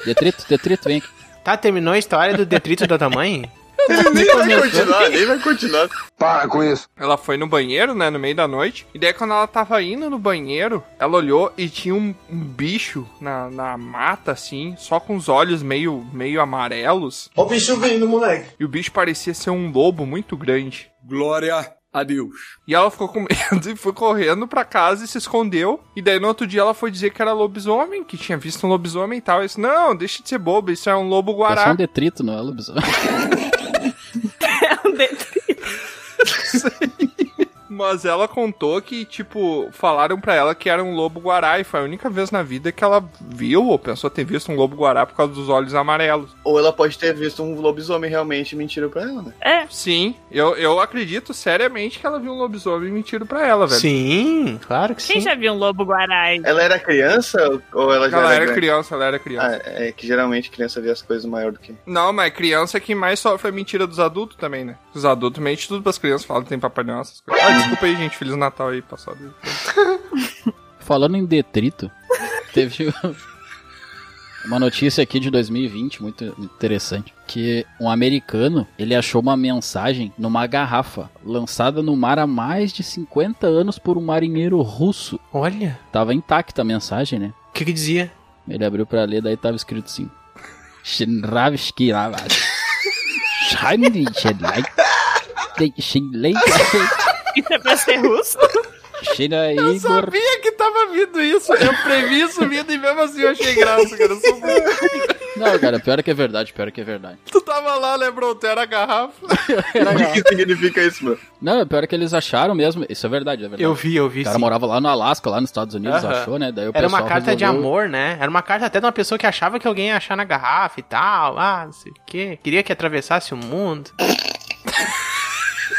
G: Detrito, detrito, vem aqui.
J: Tá, terminou a história do detrito da tua mãe?
E: Ele nem vai continuar, nem vai continuar.
H: Para com isso.
D: Ela foi no banheiro, né, no meio da noite. E daí, quando ela tava indo no banheiro, ela olhou e tinha um, um bicho na, na mata, assim, só com os olhos meio, meio amarelos.
H: Ó o bicho vindo, moleque.
D: E o bicho parecia ser um lobo muito grande.
M: Glória a Deus.
D: E ela ficou com medo e foi correndo pra casa e se escondeu. E daí no outro dia ela foi dizer que era lobisomem, que tinha visto um lobisomem e tal. Eu disse, não, deixa de ser bobo, isso é um lobo
G: É
D: guará.
G: só um detrito, não é lobisomem.
A: Um dedo.
D: Mas ela contou que, tipo, falaram pra ela que era um lobo guará e foi a única vez na vida que ela viu ou pensou ter visto um lobo guará por causa dos olhos amarelos.
E: Ou ela pode ter visto um lobisomem realmente e mentira pra ela, né?
A: É,
D: Sim, eu, eu acredito seriamente que ela viu um lobisomem e mentiram pra ela, velho.
J: Sim, claro que
A: quem
J: sim.
A: já viu um Lobo Guará? aí?
E: Ela era criança ou ela já
D: Ela
E: era,
D: era
E: grande?
D: criança, ela era criança.
E: Ah, é que geralmente criança vê as coisas maior do que.
D: Não, mas criança é quem mais sofre a mentira dos adultos também, né? Os adultos mentem tudo pras crianças, falam que tem papai noel, essas coisas. Ah, desculpa aí, gente, Feliz Natal aí, passado.
G: Falando em detrito, teve uma notícia aqui de 2020 muito interessante, que um americano, ele achou uma mensagem numa garrafa lançada no mar há mais de 50 anos por um marinheiro russo.
J: Olha,
G: Tava intacta a mensagem, né?
J: o que que dizia?
G: Ele abriu pra ler, daí tava escrito assim: Shinravski Lavas. Shiny Shenlai. Shenlai.
A: Isso é pra ser russo?
G: Shina
D: Eu
G: Igor.
D: sabia que tava vindo isso. Eu previ isso vindo e mesmo assim eu achei graça, cara. Eu sou muito...
G: Não, cara, pior que é verdade, pior que é verdade.
D: Tu tava lá, lembrou? Tu era a garrafa.
E: O que significa isso, mano?
G: Não, é pior que eles acharam mesmo. Isso é verdade, é verdade.
B: Eu vi, eu vi,
G: O cara
B: sim.
G: morava lá no Alasca, lá nos Estados Unidos,
B: Aham.
G: achou, né? Daí o
B: Era uma
G: pessoal
B: carta de
G: resolveu-
B: amor, né? Era uma carta até de uma pessoa que achava que alguém ia achar na garrafa e tal. Ah, não sei o quê. Queria que atravessasse o mundo.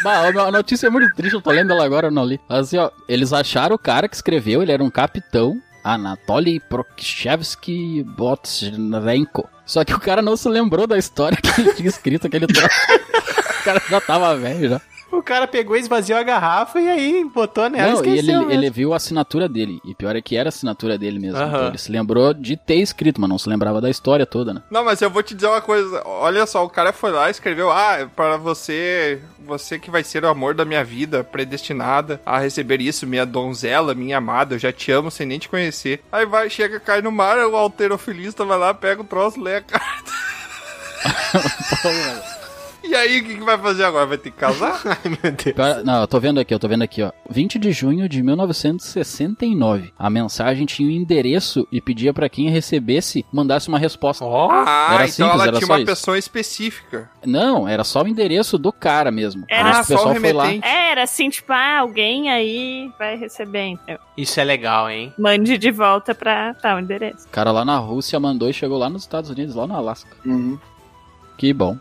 G: Bah, a notícia é muito triste, eu tô lendo ela agora, eu não li. Assim, ó, eles acharam o cara que escreveu, ele era um capitão, Anatoly Prokhshevsky Botsnenko. Só que o cara não se lembrou da história que ele tinha escrito aquele troço. o cara já tava velho já.
B: O cara pegou, esvaziou a garrafa e aí botou nela
G: Não,
B: e
G: e ele,
B: esqueceu É, mesmo.
G: ele viu a assinatura dele. E pior é que era a assinatura dele mesmo.
B: Aham.
G: Então ele se lembrou de ter escrito, mas não se lembrava da história toda, né?
D: Não, mas eu vou te dizer uma coisa. Olha só, o cara foi lá e escreveu: Ah, para você, você que vai ser o amor da minha vida, predestinada a receber isso, minha donzela, minha amada, eu já te amo sem nem te conhecer. Aí vai, chega, cai no mar, o alterofilista vai lá, pega o troço, lê a carta. E aí, o que, que vai fazer agora? Vai ter que casar?
G: Pior- não, eu tô vendo aqui, eu tô vendo aqui, ó. 20 de junho de 1969. A mensagem tinha um endereço e pedia pra quem recebesse mandasse uma resposta.
D: ah,
G: era
D: então
G: simples,
D: ela
G: era
D: tinha
G: só
D: uma
G: isso.
D: pessoa específica.
G: Não, era só o endereço do cara mesmo.
A: Era
G: Mas o pessoal foi lá.
A: Era assim, tipo, ah, alguém aí vai receber. Então,
B: Isso é legal, hein?
A: mande de volta pra tal endereço.
G: O cara lá na Rússia mandou e chegou lá nos Estados Unidos, lá no Alasca.
E: Uhum.
G: Que bom.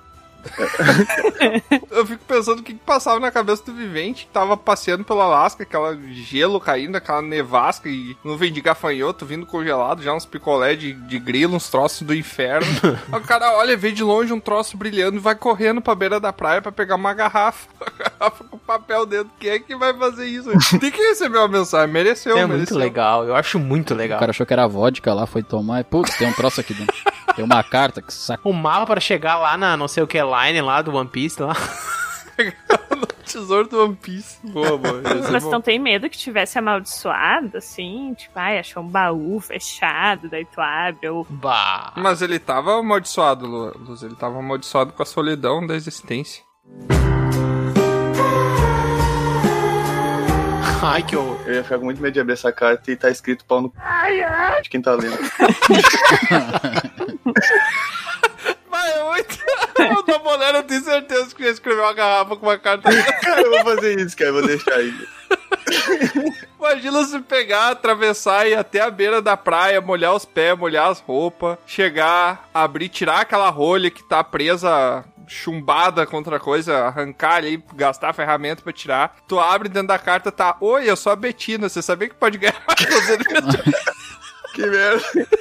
D: Eu fico pensando o que, que passava na cabeça do vivente que tava passeando pelo Alasca, aquela gelo caindo, aquela nevasca e nuvem de gafanhoto vindo congelado, já uns picolé de, de grilo, uns troços do inferno. Aí o cara olha, vê de longe um troço brilhando e vai correndo pra beira da praia pra pegar uma garrafa. Uma garrafa com papel dentro. Quem é que vai fazer isso? Tem que receber uma mensagem. Mereceu,
B: Isso é muito
D: mereceu.
B: legal. Eu acho muito legal.
G: O cara achou que era vodka lá, foi tomar. e, Putz, tem um troço aqui dentro. Tem uma carta que saco.
B: O mapa pra chegar lá na não sei o que line lá do One Piece lá.
D: Tesouro do One Piece. Boa, boa. Esse é
A: Mas
D: bom.
A: não tem medo que tivesse amaldiçoado, assim? Tipo, ai, achou um baú fechado, daí tu abre, ou
B: Bah.
D: Mas ele tava amaldiçoado, Lu- Luz. Ele tava amaldiçoado com a solidão da existência.
B: Ai, que horror.
E: Eu ia ficar com muito medo de abrir essa carta e tá escrito pau no c... de quem tá lendo.
D: Mas é muito. o da Bolera, eu tenho certeza que ia escrever uma garrafa com uma carta.
E: cara, eu vou fazer isso, cara. Eu vou deixar aí.
D: Imagina se pegar, atravessar e ir até a beira da praia, molhar os pés, molhar as roupas, chegar, abrir, tirar aquela rolha que tá presa, chumbada contra a coisa, arrancar ali, gastar a ferramenta pra tirar. Tu abre dentro da carta, tá. Oi, eu sou a Betina, você sabia que pode ganhar mais coisa
E: Que merda.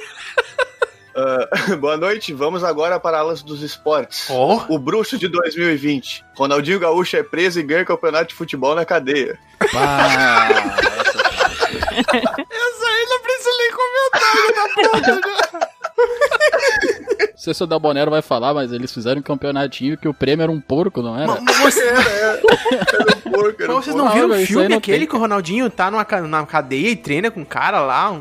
E: Ah, boa noite, vamos agora para alas dos esportes.
B: Oh.
E: O bruxo de 2020. Ronaldinho Gaúcho é preso e ganha campeonato de futebol na cadeia.
G: Pá.
D: Essa aí não precisa nem comentar, já tá pronta, já.
G: Não sei se o Dalbonero vai falar, mas eles fizeram um campeonatinho que o prêmio era um porco, não era?
E: Porco,
B: Mas
E: era um
B: vocês
E: porco.
B: não
G: Não,
B: viram
G: mas
B: o
G: isso aí
B: filme
G: não
B: aquele
G: tem.
B: que o Ronaldinho tá numa, ca- na cadeia e treina com um cara lá?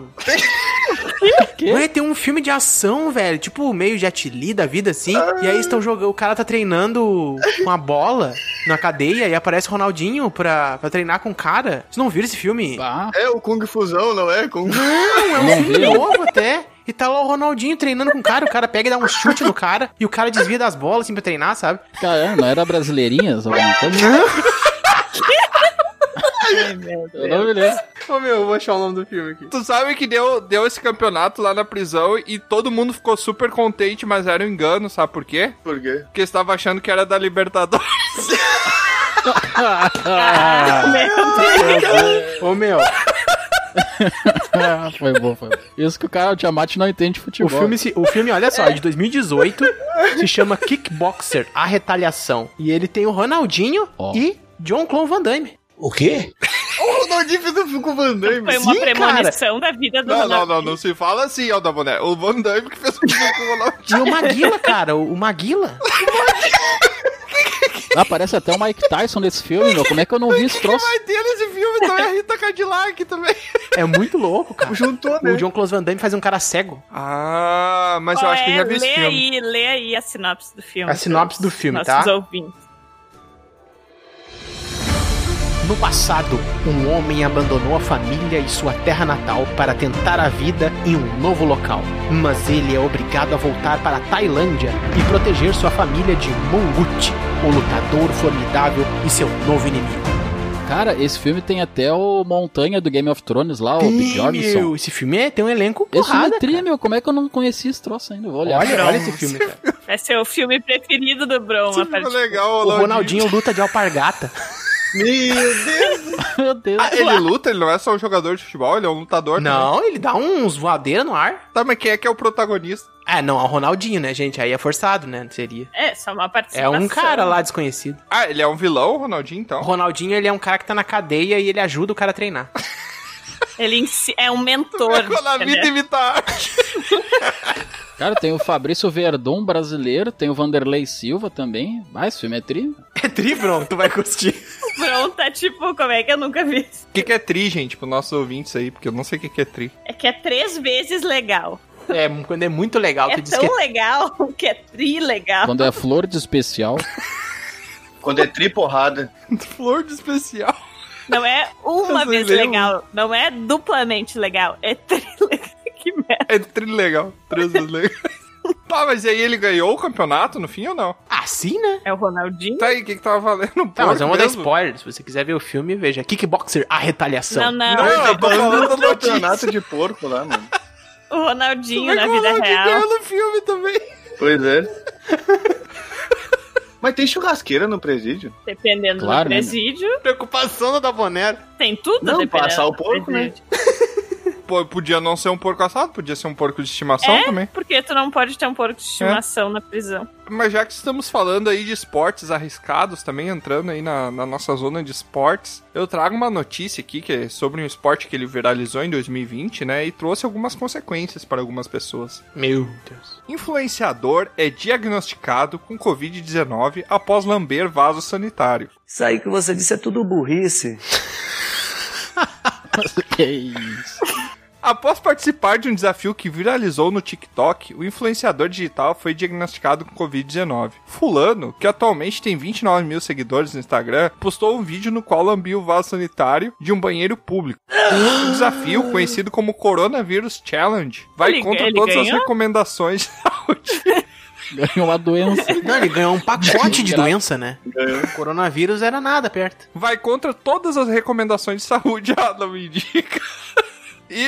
B: Um...
G: Quê?
B: Ué, tem um filme de ação, velho. Tipo, meio Jet Li da vida, assim. E aí estão jogando. O cara tá treinando com a bola na cadeia e aparece o Ronaldinho pra, pra treinar com o cara. Vocês não viram esse filme?
G: Pá.
E: É o Kung Fusão, não é? Kung
B: Não, é
G: Não
B: um filme
G: vi.
B: novo até. E tá lá o Ronaldinho treinando com o cara. O cara pega e dá um chute no cara. E o cara desvia das bolas, assim, pra treinar, sabe?
G: Caramba, é, não era brasileirinhas? Alguma coisa? Eu não me lembro.
B: Ô, meu, eu vou achar o nome do filme aqui.
D: Tu sabe que deu, deu esse campeonato lá na prisão e todo mundo ficou super contente, mas era um engano, sabe por quê?
E: Por quê?
D: Porque eles estavam achando que era da Libertadores. Ah,
A: Ah,
B: Ô, meu,
G: Ah, foi bom, foi bom. Isso que o cara, o Tiamat, não entende
B: o
G: futebol.
B: filme, se- o filme, olha só, é de 2018. se chama Kickboxer A Retaliação. E ele tem o Ronaldinho
G: Ó.
B: e John Clone Van Damme.
H: O quê?
E: O Ronaldinho fez um filme com o Van Damme.
A: foi uma
B: sim,
A: premonição da vida do
D: Não, não,
A: Ronaldo.
D: não, não se fala assim, ó, da boné. O Van Damme que um fez o jogo com o Ronaldinho.
B: E o Maguila, cara, o, o Maguila.
G: Ah, parece até o Mike Tyson nesse filme, meu. Como é que eu não vi esse
D: O que
G: troço?
D: mais tem nesse filme também? A Rita Cadillac também.
B: É muito louco, cara.
E: Juntou,
D: né?
B: O John Close Van Damme faz um cara cego.
D: Ah, mas eu
A: Qual
D: acho que eu
A: é?
D: já vi esse
A: lê
D: filme.
A: aí, lê aí a sinopse do filme.
B: A sinopse do filme,
A: nossos
B: tá?
A: ouvintes.
B: No passado, um homem abandonou a família e sua terra natal para tentar a vida em um novo local. Mas ele é obrigado a voltar para a Tailândia e proteger sua família de Monguti, o lutador formidável e seu novo inimigo.
G: Cara, esse filme tem até o Montanha do Game of Thrones lá, o Big
B: Ih,
G: Jorgensen.
B: meu, esse filme é- tem um elenco
G: Esse filme
B: porrada.
G: é tri, meu. Como é que eu não conheci esse troço ainda? Vou olhar.
B: Olha, olha esse filme, cara.
A: Vai ser o filme preferido do Broma.
D: Esse filme é legal,
B: O Ronaldinho luta de alpargata.
E: Meu Deus!
G: Meu Deus.
D: Ah, ele luta, ele não é só um jogador de futebol, ele é um lutador também.
B: Não, ele dá uns voadeiras no ar.
D: Tá, mas quem é que é o protagonista?
B: Ah, não, é o Ronaldinho, né, gente? Aí é forçado, né? Seria.
A: É, só uma
B: É
A: participação.
B: um cara lá desconhecido.
D: Ah, ele é um vilão, o Ronaldinho,
B: O
D: então?
B: Ronaldinho, ele é um cara que tá na cadeia e ele ajuda o cara a treinar.
A: Ele ensi- é um mentor.
D: Ficou na vida
A: entendeu?
D: imitar.
G: Cara, tem o Fabrício Verdun brasileiro, tem o Vanderlei Silva também. Ah, esse filme é tri.
B: É tribron, tu vai curtir.
A: Bron tá tipo, como é que eu nunca vi isso?
D: O que, que é tri, gente, pros nossos ouvintes aí? Porque eu não sei o que, que é tri.
A: É que é três vezes legal.
B: É, quando é muito legal,
A: É
B: tu diz
A: tão
B: que é
A: legal que é tri legal.
G: Quando é flor de especial.
E: Quando é triporrada.
D: Flor de especial.
A: Não é uma
D: Eu
A: vez
D: lembro.
A: legal. Não é duplamente legal. É tri legal. Que merda.
D: É tri legal. Três vezes legal. Tá, mas aí ele ganhou o campeonato no fim ou não?
B: assim, né?
A: É o Ronaldinho?
D: Tá aí, o que, que tava valendo? Um
B: Tá, mas
D: porco
B: eu vou dar
D: mesmo?
B: spoiler. Se você quiser ver o filme, veja. Kickboxer, a
A: Não, não.
B: retaliação.
D: Não, eu tô falando da
E: Falando do
D: notícia.
E: campeonato de porco lá, mano.
A: O Ronaldinho na
D: Como é que
A: né,
D: o
A: vida
D: Ronaldinho
A: real.
D: ganhou no filme também.
E: Pois é. Mas tem churrasqueira no presídio?
A: Dependendo do
G: Claro, né,
A: presídio.
B: Preocupação da Dabonero.
A: Tem tudo
E: Não,
A: dependendo
E: passar o
A: do
E: porco, né?
A: presídio.
D: Pô, podia não ser um porco assado, podia ser um porco de estimação
A: É?
D: também.
A: Porque tu não pode ter um
D: É.
A: porco de estimação na prisão.
D: Mas já que estamos falando aí de esportes arriscados, também entrando aí na, na nossa zona de esportes, eu trago uma notícia aqui que é sobre um esporte que ele viralizou em 2020, né? E trouxe algumas consequências para algumas pessoas.
B: Meu Deus.
D: Influenciador é diagnosticado com Covid-19 após lamber vaso sanitário.
H: Isso aí que você disse é tudo burrice.
G: que isso.
D: Após participar de um desafio que viralizou no TikTok, o influenciador digital foi diagnosticado com Covid-19. Fulano, que atualmente tem 29 mil seguidores no Instagram, postou um vídeo no qual lambiu o vaso sanitário de um banheiro público. O desafio, conhecido como Coronavírus Challenge, vai
A: Ele-
D: contra
A: ele
D: todas as
A: ganhou?
D: recomendações de saúde.
G: Ganhou uma doença.
B: Não, ele ganhou um pacote de doença, né?
E: Ganhou.
B: O coronavírus era nada perto.
D: Vai contra todas as recomendações de saúde, Adam indica. E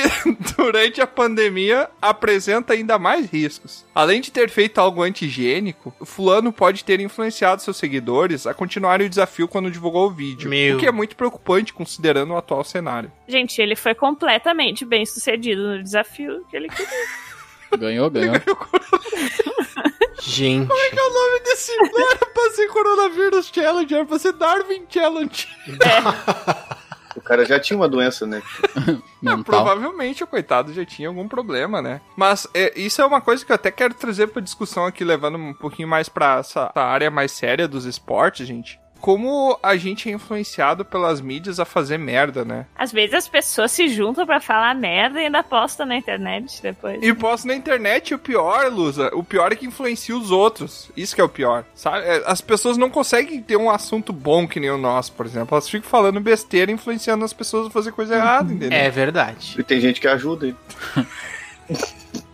D: durante a pandemia apresenta ainda mais riscos. Além de ter feito algo antigênico, fulano pode ter influenciado seus seguidores a continuarem o desafio quando divulgou o vídeo,
B: Meu.
D: o que é muito preocupante considerando o atual cenário.
A: Gente, ele foi completamente bem sucedido no desafio que ele queria.
G: Ganhou, ganhou.
B: Gente.
D: é O nome desse não era pra ser Coronavírus Challenge, era pra ser Darwin Challenge.
E: O cara já tinha uma doença, né?
D: É,
G: Mental.
D: provavelmente o coitado já tinha algum problema, né? Mas é, isso é uma coisa que eu até quero trazer pra discussão aqui, levando um pouquinho mais pra essa, essa área mais séria dos esportes, gente. Como a gente é influenciado pelas mídias a fazer merda, né?
A: Às vezes as pessoas se juntam pra falar merda e ainda postam na internet depois.
D: E posto na internet e o pior, Lusa, o pior é que influencia os outros. Isso que é o pior, sabe? É, As pessoas não conseguem ter um assunto bom que nem o nosso, por exemplo. Elas ficam falando besteira, e influenciando as pessoas a fazer coisa errada, entendeu?
B: É verdade.
E: E tem gente que ajuda. hein?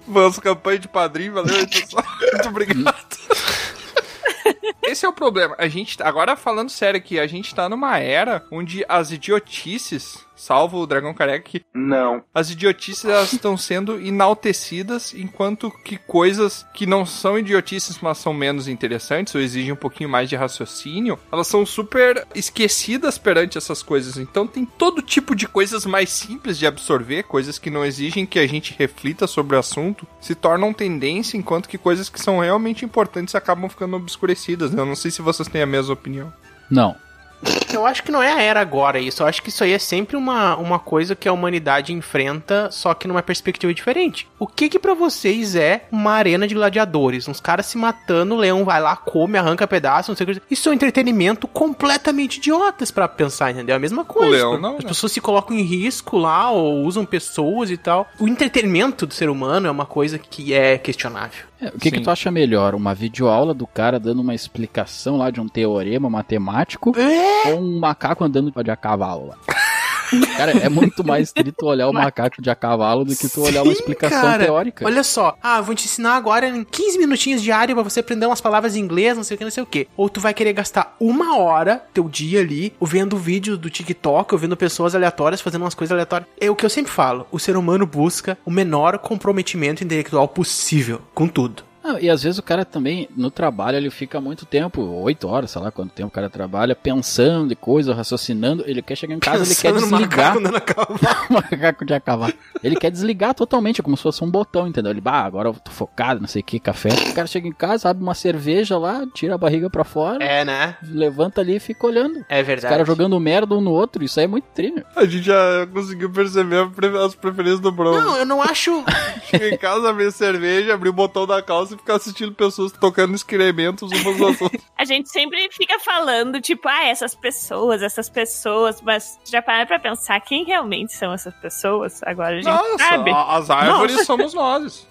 D: Vamos, campanha de padrinho, valeu aí, pessoal. Muito obrigado. Esse é o problema. A gente, tá- agora falando sério aqui, a gente tá numa era onde as idiotices, salvo o Dragão Careca, que
H: Não.
D: as idiotices elas estão sendo enaltecidas, enquanto que coisas que não são idiotices, mas são menos interessantes ou exigem um pouquinho mais de raciocínio, elas são super esquecidas perante essas coisas. Então tem todo tipo de coisas mais simples de absorver, coisas que não exigem que a gente reflita sobre o assunto, se tornam tendência, enquanto que coisas que são realmente importantes acabam ficando obscurecidas. né? Eu não sei se vocês têm a mesma opinião.
G: Não.
B: Eu acho que não é a era agora isso. Eu acho que isso aí é sempre uma, uma coisa que a humanidade enfrenta, só que numa perspectiva diferente. O que que para vocês é uma arena de gladiadores? Uns caras se matando, o leão vai lá, come, arranca pedaço, não sei o que. Isso é um entretenimento completamente idiotas para pensar, entendeu? É a mesma coisa.
D: O leão não,
B: As
D: né?
B: pessoas se colocam em risco lá, ou usam pessoas e tal. O entretenimento do ser humano é uma coisa que é questionável.
G: É, O que, que tu acha melhor? Uma videoaula do cara dando uma explicação lá de um teorema matemático
B: É?
G: ou um macaco andando de a cavalo lá? Cara, é muito mais triste tu olhar o macaco de a cavalo do que tu olhar uma
B: Sim,
G: explicação
B: cara.
G: teórica.
B: Olha só, ah, vou te ensinar agora em 15 minutinhos diário pra você aprender umas palavras em inglês, não sei o que, não sei o que. Ou tu vai querer gastar uma hora teu dia ali vendo vídeos do TikTok, ou vendo pessoas aleatórias fazendo umas coisas aleatórias. É o que eu sempre falo, o ser humano busca o menor comprometimento intelectual possível com tudo.
G: Ah, e às vezes o cara também, no trabalho, ele fica muito tempo, oito horas, sei lá quanto tempo o cara trabalha, pensando em coisa, raciocinando. Ele quer chegar em casa, ele
B: Pensando
G: quer
B: no
G: desligar.
B: macaco né? andando a
G: O macaco de acabar. Ele quer desligar totalmente, é como se fosse um botão, entendeu? Ele, bah, agora eu tô focado, não sei o que, café. O cara chega em casa, abre uma cerveja lá, tira a barriga pra fora.
B: É, né?
G: Levanta ali e fica olhando.
B: É
G: Os caras jogando merda um no outro, isso aí é muito trilho.
D: A gente já conseguiu perceber a pre- as preferências do Bruno.
B: Não, eu não acho.
D: Cheguei em casa, abri cerveja, abri o botão da calça e ficar assistindo pessoas tocando excrementos umas nas outras.
A: A gente sempre fica falando, tipo, ah, essas pessoas, essas pessoas, mas já pararam pra pensar quem realmente são essas pessoas? Agora a gente sabe.
D: a- as árvores
B: Nossa.
D: somos nós.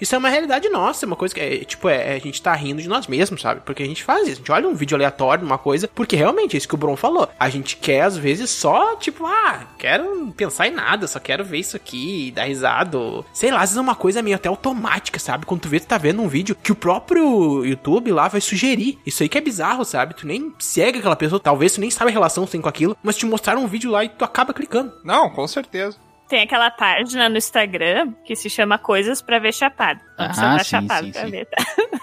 B: Isso é uma realidade nossa, é uma coisa que é, tipo, é, a gente tá rindo de nós mesmos, sabe? Porque a gente faz isso, a gente olha um vídeo aleatório, uma coisa, porque realmente é isso que o Bron falou. A gente quer, às vezes, só, tipo, ah, quero pensar em nada, só quero ver isso aqui, dar risada. ou- Sei lá, às vezes é uma coisa meio até automática, sabe? Quando tu vê, tu tá vendo um vídeo que o próprio YouTube lá vai sugerir. Isso aí que é bizarro, sabe? Tu nem segue aquela pessoa, talvez tu nem sabe a relação que tu tem com aquilo, mas te mostraram um vídeo lá e tu acaba clicando.
D: Não, com certeza.
A: Tem aquela página no Instagram que se chama Coisas pra Ver Chapado. Não
G: Ah,
A: precisa tá
G: sim,
A: chapado
G: sim,
A: pra
G: sim.
A: ver, tá?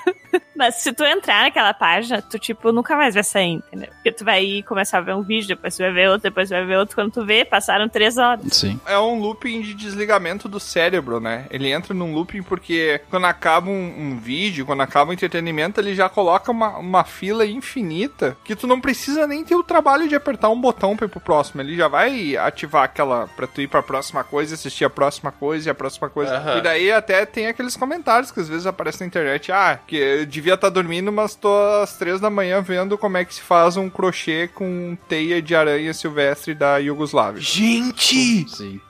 A: Mas se tu entrar naquela página, tu, tipo, nunca mais vai sair, entendeu? Porque tu vai começar a ver um vídeo, depois tu vai ver outro, depois tu vai ver outro. Quando tu vê, passaram três horas.
G: Sim.
D: É um looping de desligamento do cérebro, né? Ele entra num looping porque quando acaba um, um vídeo, quando acaba o entretenimento, ele já coloca uma, uma fila infinita que tu não precisa nem ter o trabalho de apertar um botão pra ir pro próximo. Ele já vai ativar aquela pra tu ir pra próxima coisa, assistir a próxima coisa e a próxima coisa.
J: Aham.
D: E daí até tem aqueles comentários que às vezes aparecem na internet. Ah, que eu devia estar dormindo, mas tô às três da manhã vendo como é que se faz um crochê com teia de aranha silvestre da Iugoslávia.
B: Gente!
G: Sim.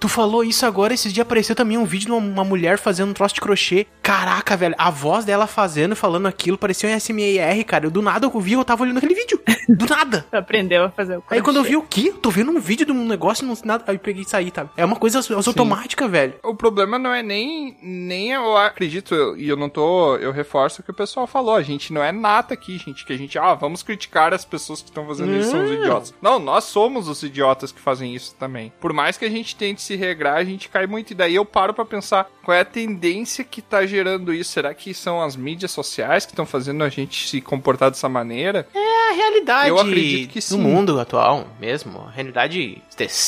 B: Tu falou isso agora, esses dias apareceu também um vídeo de uma, uma mulher fazendo um troço de crochê. Caraca, velho, a voz dela fazendo, falando aquilo, parecia um SMR, cara. Eu do nada eu vi, eu tava olhando aquele vídeo. Do nada.
A: Tu aprendeu a fazer o
B: Aí quando eu vi
A: crochê.
B: o quê? Tô vendo um vídeo de um negócio e não nada. Aí eu peguei e saí, tá? É uma coisa automática, velho.
D: O problema não é nem, nem eu acredito, eu- e eu não tô, eu reforço o que o pessoal falou, a gente não é nata aqui, gente, que a gente, ah, vamos criticar as pessoas que estão fazendo isso, são os
B: Não.
D: idiotas. Não, nós somos os idiotas que fazem isso também. Por mais que a gente tente se regrar, a gente cai muito, e daí eu paro pra pensar, qual é a tendência que tá gerando isso? Será que são as mídias sociais que estão fazendo a gente se comportar dessa maneira?
B: É a realidade
D: Eu acredito que sim.
B: do mundo atual mesmo. A realidade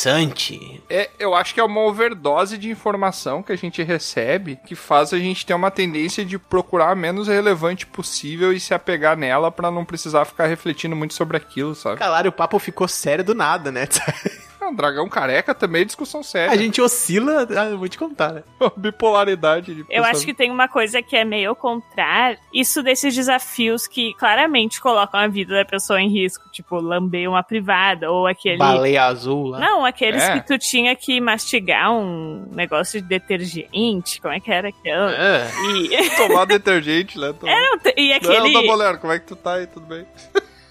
B: estressante.
D: É, eu acho que é uma overdose de informação que a gente recebe que faz a gente ter uma tendência de procurar a menos relevante possível e se apegar nela pra não precisar ficar refletindo muito sobre aquilo, sabe?
B: Caralho, o papo ficou sério do nada, né?
D: É um dragão careca também é discussão séria.
B: A gente oscila, ah, eu vou te contar, né?
D: Bipolaridade de
A: Eu
D: pensamento.
A: acho que tem uma coisa que é meio ao contrário. Isso desses desafios que claramente colocam a vida da pessoa em risco. Tipo, lamber uma privada ou aquele...
B: Baleia azul lá.
A: Não, aqueles
B: É.
A: que tu tinha que mastigar um negócio de detergente, como é que era aquela?
B: É.
A: E...
D: Tomar detergente, né? Tomar...
A: Era um te- e aquele-
D: Não, Bolero, como é que tu tá aí? Tudo bem?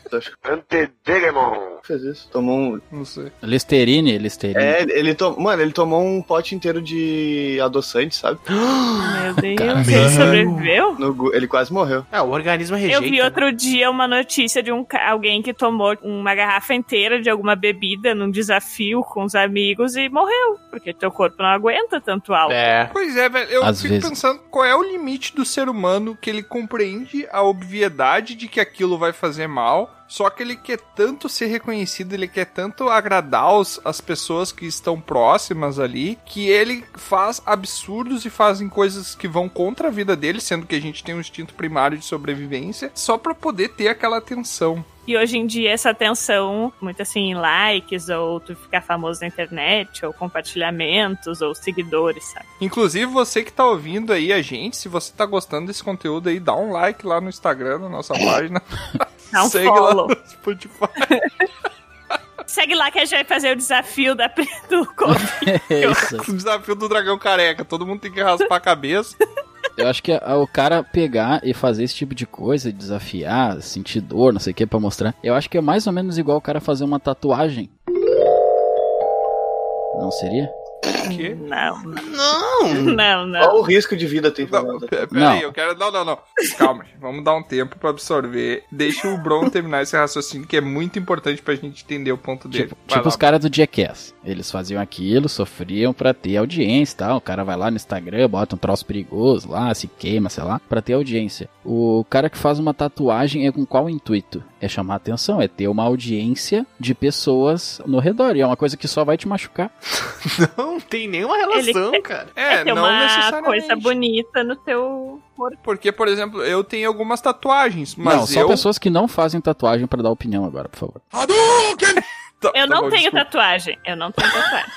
E: Tô chupando Degemon. Fez isso, tomou um...
D: Não sei.
G: Listerine, Listerine.
E: É, ele- ele tomou... Mano, ele tomou um pote inteiro de adoçante, sabe?
A: Meu Deus,
E: Caramba.
A: ele sobreviveu?
E: No gu- ele quase morreu.
B: É, o organismo
A: Eu vi outro dia uma notícia de um ca- alguém que tomou uma garrafa inteira de alguma bebida num desafio com os amigos e morreu, porque teu corpo não aguenta tanto álcool.
D: Pois é, velho. Eu
A: Às
D: fico
A: vezes.
D: pensando qual é o limite do ser humano que ele compreende a obviedade de que aquilo vai fazer mal Só que ele quer tanto ser reconhecido, ele quer tanto agradar os, as pessoas que estão próximas ali, que ele faz absurdos e fazem coisas que vão contra a vida dele, sendo que a gente tem um instinto primário de sobrevivência, só pra poder ter aquela atenção.
A: E hoje em dia essa atenção, muito assim, em likes, ou tu ficar famoso na internet, ou compartilhamentos, ou seguidores, sabe?
D: Inclusive, você que tá ouvindo aí a gente, se você tá gostando desse conteúdo aí, dá um like lá no Instagram, na nossa página.
A: Dá um
D: Segue
A: follow.
D: lá no Spotify.
A: Segue lá que a gente vai fazer o desafio da, do Covid.
G: É Tá.
D: O desafio do dragão careca. Todo mundo tem que raspar a cabeça.
G: Eu acho que a- o cara pegar e fazer esse tipo de coisa, desafiar, sentir dor, não sei o que, pra mostrar, eu acho que é mais ou menos igual o cara fazer uma tatuagem. Não seria?
A: Não,
E: não.
A: Não, não.
E: Qual o risco de vida tem
D: Peraí, eu quero. Não, não, não. Calma, vamos dar um tempo pra absorver. Deixa o Bron terminar esse raciocínio que é muito importante pra gente entender o ponto dele.
G: Tipo,
D: Vai
G: tipo
D: lá.
G: os caras do Jackass. Eles faziam aquilo, sofriam pra ter audiência e tal. O cara vai lá no Instagram, bota um troço perigoso lá, se queima, sei lá, pra ter audiência. O cara que faz uma tatuagem é com qual intuito? É chamar atenção, é ter uma audiência de pessoas no redor. E é uma coisa que só vai te machucar.
B: Não tem nenhuma relação, cara.
A: É, ter uma coisa bonita no teu corpo.
D: Porque, por exemplo, eu tenho algumas tatuagens, mas
G: não, só
D: eu.
G: pessoas que não fazem tatuagem pra dar opinião agora, por favor.
D: Tá-
A: Eu
D: tá
A: não
D: bom,
A: tenho
D: desculpa.
A: tatuagem. Eu não tenho tatuagem.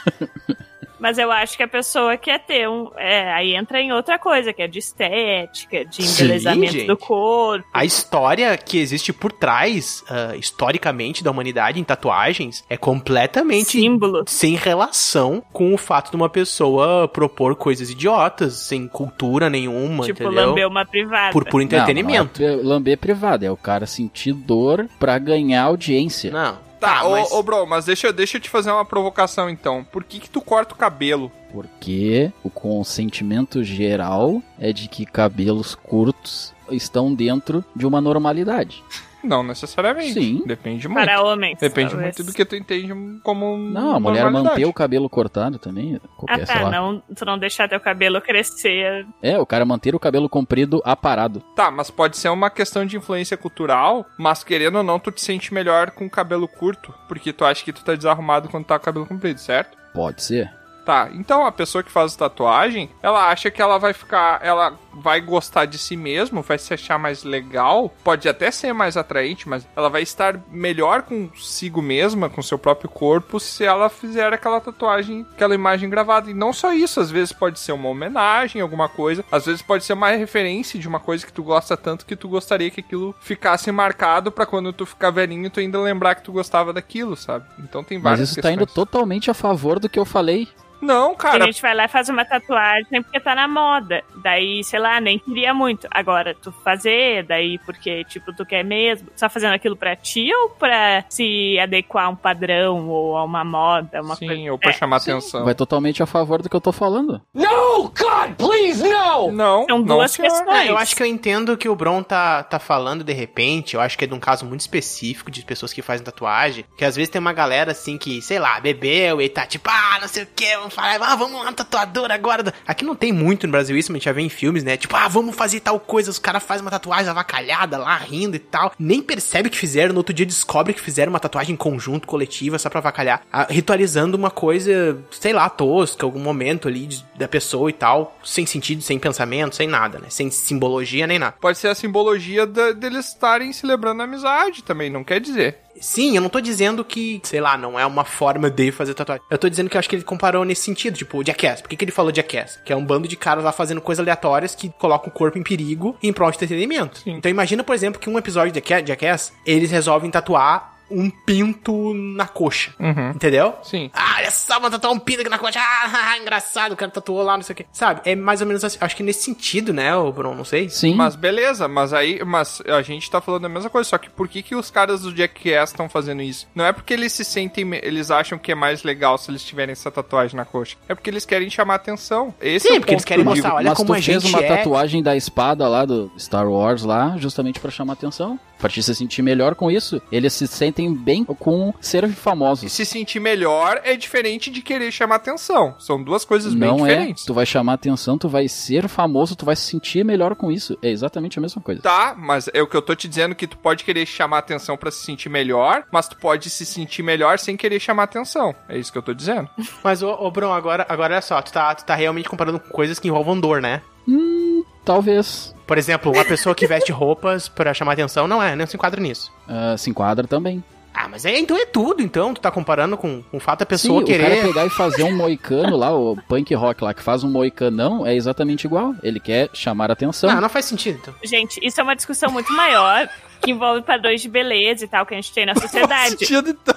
A: Mas eu acho que a pessoa quer ter um. É, aí entra em outra coisa, que é de estética, de
B: Sim,
A: embelezamento
B: gente.
A: do corpo.
B: A história que existe por trás, ah, historicamente, da humanidade em tatuagens é completamente sem relação com o fato de uma pessoa propor coisas idiotas, sem cultura nenhuma,
A: Tipo,
B: entendeu?
A: lamber uma privada.
B: Por puro entretenimento.
G: Não, não é pri- lamber privado, é o cara sentir dor pra ganhar audiência.
B: Não.
D: Tá,
B: Ah,
D: ô,
B: mas-
D: ô Bron, mas deixa, eu- deixa eu te fazer uma provocação então. Por que, que tu corta o cabelo?
G: Porque o consentimento geral é de que cabelos curtos estão dentro de uma normalidade.
D: Não necessariamente.
G: Sim.
D: Depende muito.
A: Para homens.
D: Depende
A: talvez.
D: muito do que tu entende como.
G: Não, a mulher
D: normalidade.
G: manter o cabelo cortado também,
A: Ah,
G: qualquer, sei
A: tá.
G: lá.
A: Não, tu não deixar teu cabelo crescer.
G: É, o cara manter o cabelo comprido aparado.
D: Tá, mas pode ser uma questão de influência cultural, mas querendo ou não, tu te sente melhor com o cabelo curto, porque tu acha que tu tá desarrumado quando tá com o cabelo comprido, certo?
G: Pode ser.
D: Tá, então a pessoa que faz tatuagem, ela acha que ela vai ficar, ela vai gostar de si mesmo, vai se achar mais legal, pode até ser mais atraente, mas ela vai estar melhor consigo mesma, com seu próprio corpo, se ela fizer aquela tatuagem, aquela imagem gravada. E não só isso, às vezes pode ser uma homenagem, alguma coisa, às vezes pode ser uma referência de uma coisa que tu gosta tanto que tu gostaria que aquilo ficasse marcado pra quando tu ficar velhinho tu ainda lembrar que tu gostava daquilo, sabe? Então tem
G: Mas
D: várias
G: isso tá
D: questões.
G: indo totalmente a favor do que eu falei.
D: Não,
A: Que
D: cara.
A: a gente vai lá e faz uma tatuagem porque tá na moda. Daí, sei lá, nem queria muito. Agora, tu fazer, daí porque, tipo, tu quer mesmo. Tu tá fazendo aquilo pra ti ou pra se adequar a um padrão ou a uma moda, É uma coisa?
D: Sim, ou pra chamar
A: sim.
D: atenção.
G: Vai totalmente a favor do que eu tô falando.
D: No, God, please, no! Não, é.
A: São
D: não,
A: duas
D: senhor.
A: questões.
B: eu acho que eu entendo o que o Bron tá, tá falando de repente. Eu acho que é de um caso muito específico de pessoas que fazem tatuagem. Que às vezes tem uma galera assim que, sei lá, bebeu e tá tipo, ah, não sei o que, vamos falar, ah, vamos lá no tatuador agora. Aqui não tem muito no Brasil isso, mas a gente já vê em filmes, né? Tipo, ah, vamos fazer tal coisa. Os caras fazem uma tatuagem avacalhada lá, rindo e tal. Nem percebe que fizeram, no outro dia descobre que fizeram uma tatuagem em conjunto, coletiva, só pra avacalhar. Ah, ritualizando uma coisa, sei lá, tosca, algum momento ali de- da pessoa e tal. Sem sentido, sem pensamento, sem nada, né? Sem simbologia nem nada.
D: Pode ser a simbologia da- deles estarem celebrando a amizade também, não quer dizer.
B: Sim, eu não tô dizendo que, sei lá, não é uma forma de fazer tatuagem. Eu tô dizendo que eu acho que ele comparou nesse sentido, tipo, o Jackass. Por que, que ele falou Jackass? Que é um bando de caras lá fazendo coisas aleatórias que colocam o corpo em perigo em prol de entretenimento. Então imagina, por exemplo, que um episódio de Jackass- Jackass, eles resolvem tatuar um pinto na coxa.
D: Uhum.
B: Entendeu?
D: Sim.
B: Ah, olha só, vou tatuar um pinto aqui na coxa. Ah, engraçado, o cara tatuou lá, não sei o quê. Sabe? É mais ou menos assim. Acho que nesse sentido, né, ô Bruno? Não sei.
G: Sim.
D: Mas beleza, mas aí, mas a gente tá falando a mesma coisa, só que por que que os caras do Jackass estão fazendo isso? Não é porque eles se sentem, me- eles acham que é mais legal se eles tiverem essa tatuagem na coxa. É porque eles querem chamar atenção. Esse
B: Sim,
D: é o
B: porque eles
D: ponto
B: querem
D: do
B: mostrar,
D: livro.
B: olha
G: Mas
B: como
G: tu
B: a
G: fez
B: gente
G: uma
B: é.
G: tatuagem da espada lá do Star Wars lá, justamente pra chamar atenção. A partir de se sentir melhor com isso, eles se sentem bem com ser famosos.
D: E se sentir melhor é diferente de querer chamar atenção. São duas coisas bem
G: Não é,
D: diferentes.
G: tu vai chamar atenção, tu vai ser famoso, tu vai se sentir melhor com isso. É exatamente a mesma coisa.
D: Tá, mas é o que eu tô te dizendo que tu pode querer chamar atenção pra se sentir melhor, mas tu pode se sentir melhor sem querer chamar atenção. É isso que eu tô dizendo.
B: Mas, ô, ô Brão, agora, agora olha só, tu tá, tu tá realmente comparando com coisas que envolvam dor, né?
G: Hum, talvez
B: Por exemplo, uma pessoa que veste roupas pra chamar atenção não é, não se enquadra nisso.
G: ah, se enquadra também.
B: Ah, mas é, então é tudo, então. Tu tá comparando com, com o fato da pessoa
G: Sim,
B: querer.
G: o cara é pegar e fazer um moicano lá, o punk rock lá, que faz um moicanão, é exatamente igual. Ele quer chamar atenção.
B: Não, não faz sentido, então.
A: Gente, isso é uma discussão muito maior que envolve padrões de beleza e tal que a gente tem na sociedade.
D: sentido, então.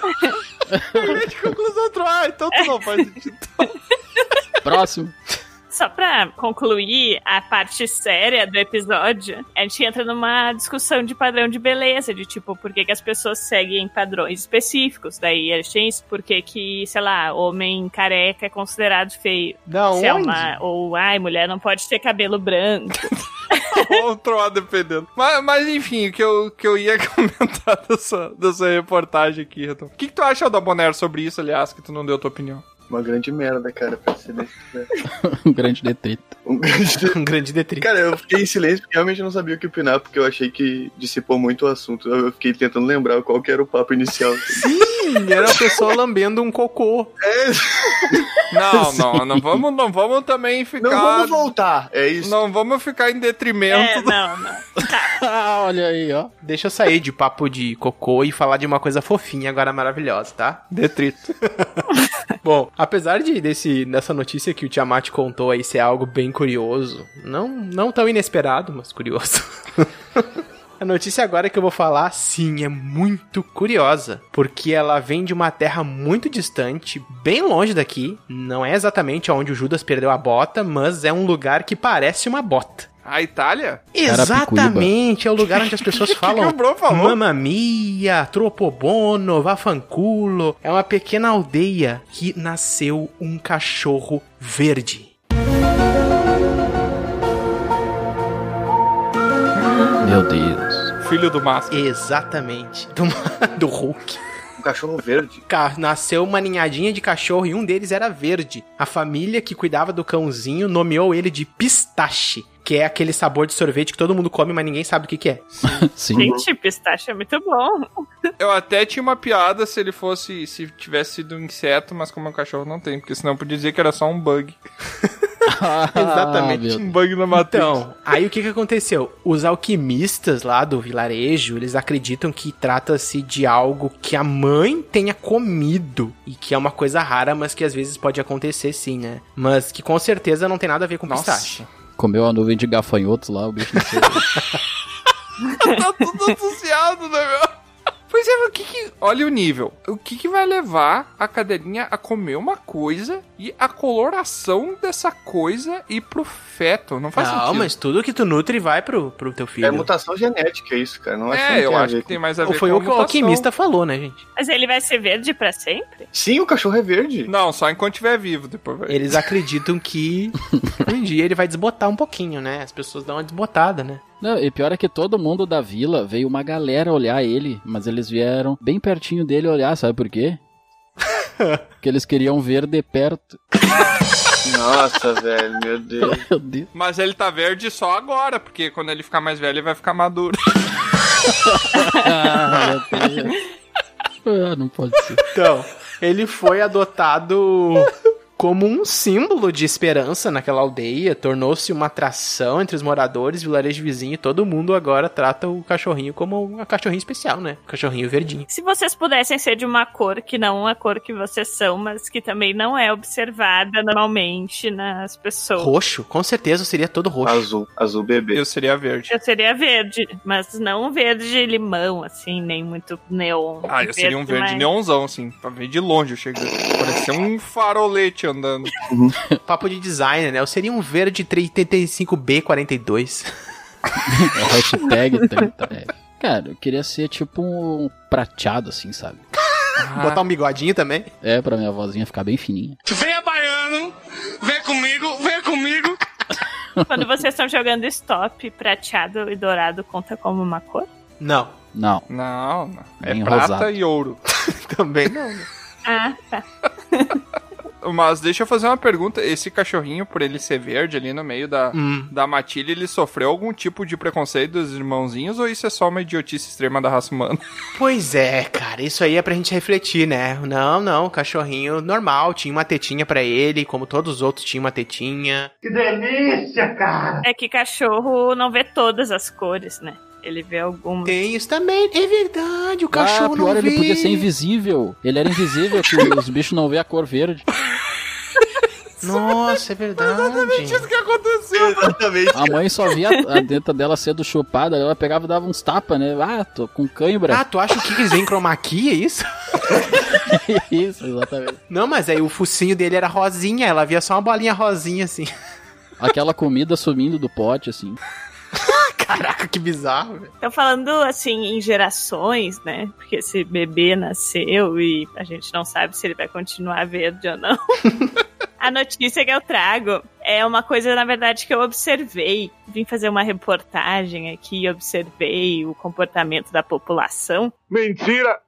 B: conclusão ah, então tu não faz sentido.
G: Próximo.
A: Só pra concluir a parte séria do episódio, a gente entra numa discussão de padrão de beleza, de tipo, por que, que as pessoas seguem padrões específicos. Daí a gente tem isso, por que, que, sei lá, homem careca é considerado feio.
B: Da
A: Se é
B: onde?
A: uma- ou, ai, mulher não pode ter cabelo branco.
D: Ou troar dependendo. Mas, mas, enfim, o que eu, o que eu ia comentar dessa, dessa reportagem aqui, Reton. O que, que tu acha da Bonero sobre isso, aliás, que tu não deu tua opinião?
E: Uma grande merda, cara, pra ser desse né?
G: um grande detrito.
E: um grande...
B: um grande detrito.
E: Cara, eu fiquei em silêncio porque realmente eu não sabia o que opinar, porque eu achei que dissipou muito o assunto. Eu fiquei tentando lembrar qual que era o papo inicial.
B: Sim, era uma pessoa lambendo um cocô.
D: Não,
E: Sim.
D: não, não vamos, não vamos também ficar.
E: Não vamos voltar, é isso.
D: Não vamos ficar em detrimento.
A: É,
D: do-
A: não, não.
G: ah, olha aí, ó.
B: Deixa eu sair de papo de cocô e falar de uma coisa fofinha agora maravilhosa, tá?
D: Detrito.
B: Bom, apesar de desse, dessa notícia que o Tiamat contou aí ser algo bem curioso, não, não tão inesperado, mas curioso. A notícia agora que eu vou falar, sim, é muito curiosa, porque ela vem de uma terra muito distante, bem longe daqui. Não é exatamente onde o Judas perdeu a bota, mas é um lugar que parece uma bota.
D: A Itália?
G: Carapicuíba.
B: Exatamente, é o lugar onde as pessoas falam
D: que o Bro falou?
B: Mamma Mia, Tropobono, Vafanculo. É uma pequena aldeia que nasceu um cachorro verde.
G: Meu Deus.
D: Filho do Máscara.
B: Exatamente. Do, do Hulk.
E: Um cachorro verde.
B: Ca- Nasceu uma ninhadinha de cachorro e um deles era verde. A família que cuidava do cãozinho nomeou ele de pistache, que é aquele sabor de sorvete que todo mundo come, mas ninguém sabe o que, que é.
G: Sim.
A: Gente, pistache é muito bom.
D: Eu até tinha uma piada se ele fosse. Se tivesse sido um inseto, mas como é um cachorro, não tem. Porque senão eu podia dizer que era só um bug.
G: Exatamente.
D: Um bug na matriz.
B: Então, aí o que, que aconteceu? Os alquimistas lá do vilarejo, eles acreditam que trata-se de algo que a mãe tenha comido. E que é uma coisa rara, mas que às vezes pode acontecer sim, né? Mas que com certeza não tem nada a ver com
D: Nossa.
B: pistache.
G: Comeu a nuvem de gafanhotos lá, o bicho não sei.
D: tá tudo associado, né, meu? Pois é, mas o que que... Olha o nível. O que que vai levar a cadelinha a comer uma coisa e a coloração dessa coisa ir pro feto? Não faz
B: não,
D: sentido.
B: mas tudo que tu nutre vai pro, pro teu filho.
E: É mutação genética, é isso, cara. Não acho que não
D: É, eu
E: tem a
D: acho
E: ver
D: que
E: com-
D: tem mais a
B: Ou
D: ver
B: foi
D: com a
B: o que o
D: mutação.
B: alquimista falou, né, gente?
A: Mas ele vai ser verde pra sempre?
E: Sim, o cachorro é verde.
D: Não, só enquanto tiver vivo, depois vai...
B: Eles acreditam que um dia ele vai desbotar um pouquinho, né? As pessoas dão uma desbotada, né?
G: Não, e pior é que todo mundo da vila veio uma galera olhar ele, mas eles vieram bem pertinho dele olhar, sabe por quê? Porque eles queriam ver de perto.
E: Nossa, velho, meu Deus.
G: Meu Deus.
D: Mas ele tá verde só agora, porque quando ele ficar mais velho, ele vai ficar maduro.
G: Ah, meu Deus. Ah, não pode ser.
B: Então, ele foi adotado como um símbolo de esperança naquela aldeia, tornou-se uma atração entre os moradores, vilarejo vizinho, e todo mundo agora trata o cachorrinho como um cachorrinho especial, né? Cachorrinho verdinho.
A: Se vocês pudessem ser de uma cor que não a cor que vocês são, mas que também não é observada normalmente nas pessoas.
B: Roxo, com certeza seria todo roxo.
E: Azul, azul bebê.
D: Eu seria verde.
A: Eu seria verde, mas não verde limão, assim, nem muito neon.
D: Ah, eu seria um verde
A: mais-
D: neonzão, assim, pra ver de longe. Eu chego parecia um farolete andando.
B: Papo de designer, né? Eu seria um verde 35B42.
G: É hashtag 30. É. Cara, eu queria ser tipo um prateado, assim, sabe?
B: Botar um bigodinho também.
G: É, pra minha vozinha ficar bem fininha.
K: Venha baiano, vem comigo, vem comigo.
A: Quando vocês estão jogando stop, prateado e dourado conta como uma cor?
B: Não.
G: Não.
D: Não, não. É
G: Nem
D: prata
G: rosado.
D: e ouro. Também não. né?
A: Ah, tá.
D: Mas deixa eu fazer uma pergunta. Esse cachorrinho, por ele ser verde ali no meio da,
B: Hum.
D: da matilha, ele sofreu algum tipo de preconceito dos irmãozinhos ou isso é só uma idiotice extrema da raça humana?
B: Pois é, cara, isso aí é pra gente refletir, né? Não, não, cachorrinho normal, tinha uma tetinha pra ele, como todos os outros tinham uma tetinha.
A: Que delícia, cara! É que cachorro não vê todas as cores, né? Ele vê algumas.
B: Tem isso também, é verdade, o
G: ah, pior, ele podia ser invisível. Ele era invisível, que os bichos não vê a cor verde.
B: Nossa, é verdade. Exatamente isso
D: que aconteceu.
E: Exatamente.
G: A mãe só via a denta dela sendo chupada, ela pegava e dava uns tapas, né? Ah, tô com cãibra.
B: Ah, tu acha que eles vêm chroma key, é isso?
A: tá.
G: Isso, exatamente.
B: Não, mas aí o focinho dele era rosinha, ela via só uma bolinha rosinha assim.
G: Aquela comida sumindo do pote, assim.
B: Caraca, que bizarro, velho.
A: Então, falando assim em gerações, né? Porque esse bebê nasceu e a gente não sabe se ele vai continuar verde ou não. a notícia que eu trago é uma coisa, na verdade, que eu observei. Vim fazer uma reportagem aqui e observei o comportamento da população.
K: Mentira!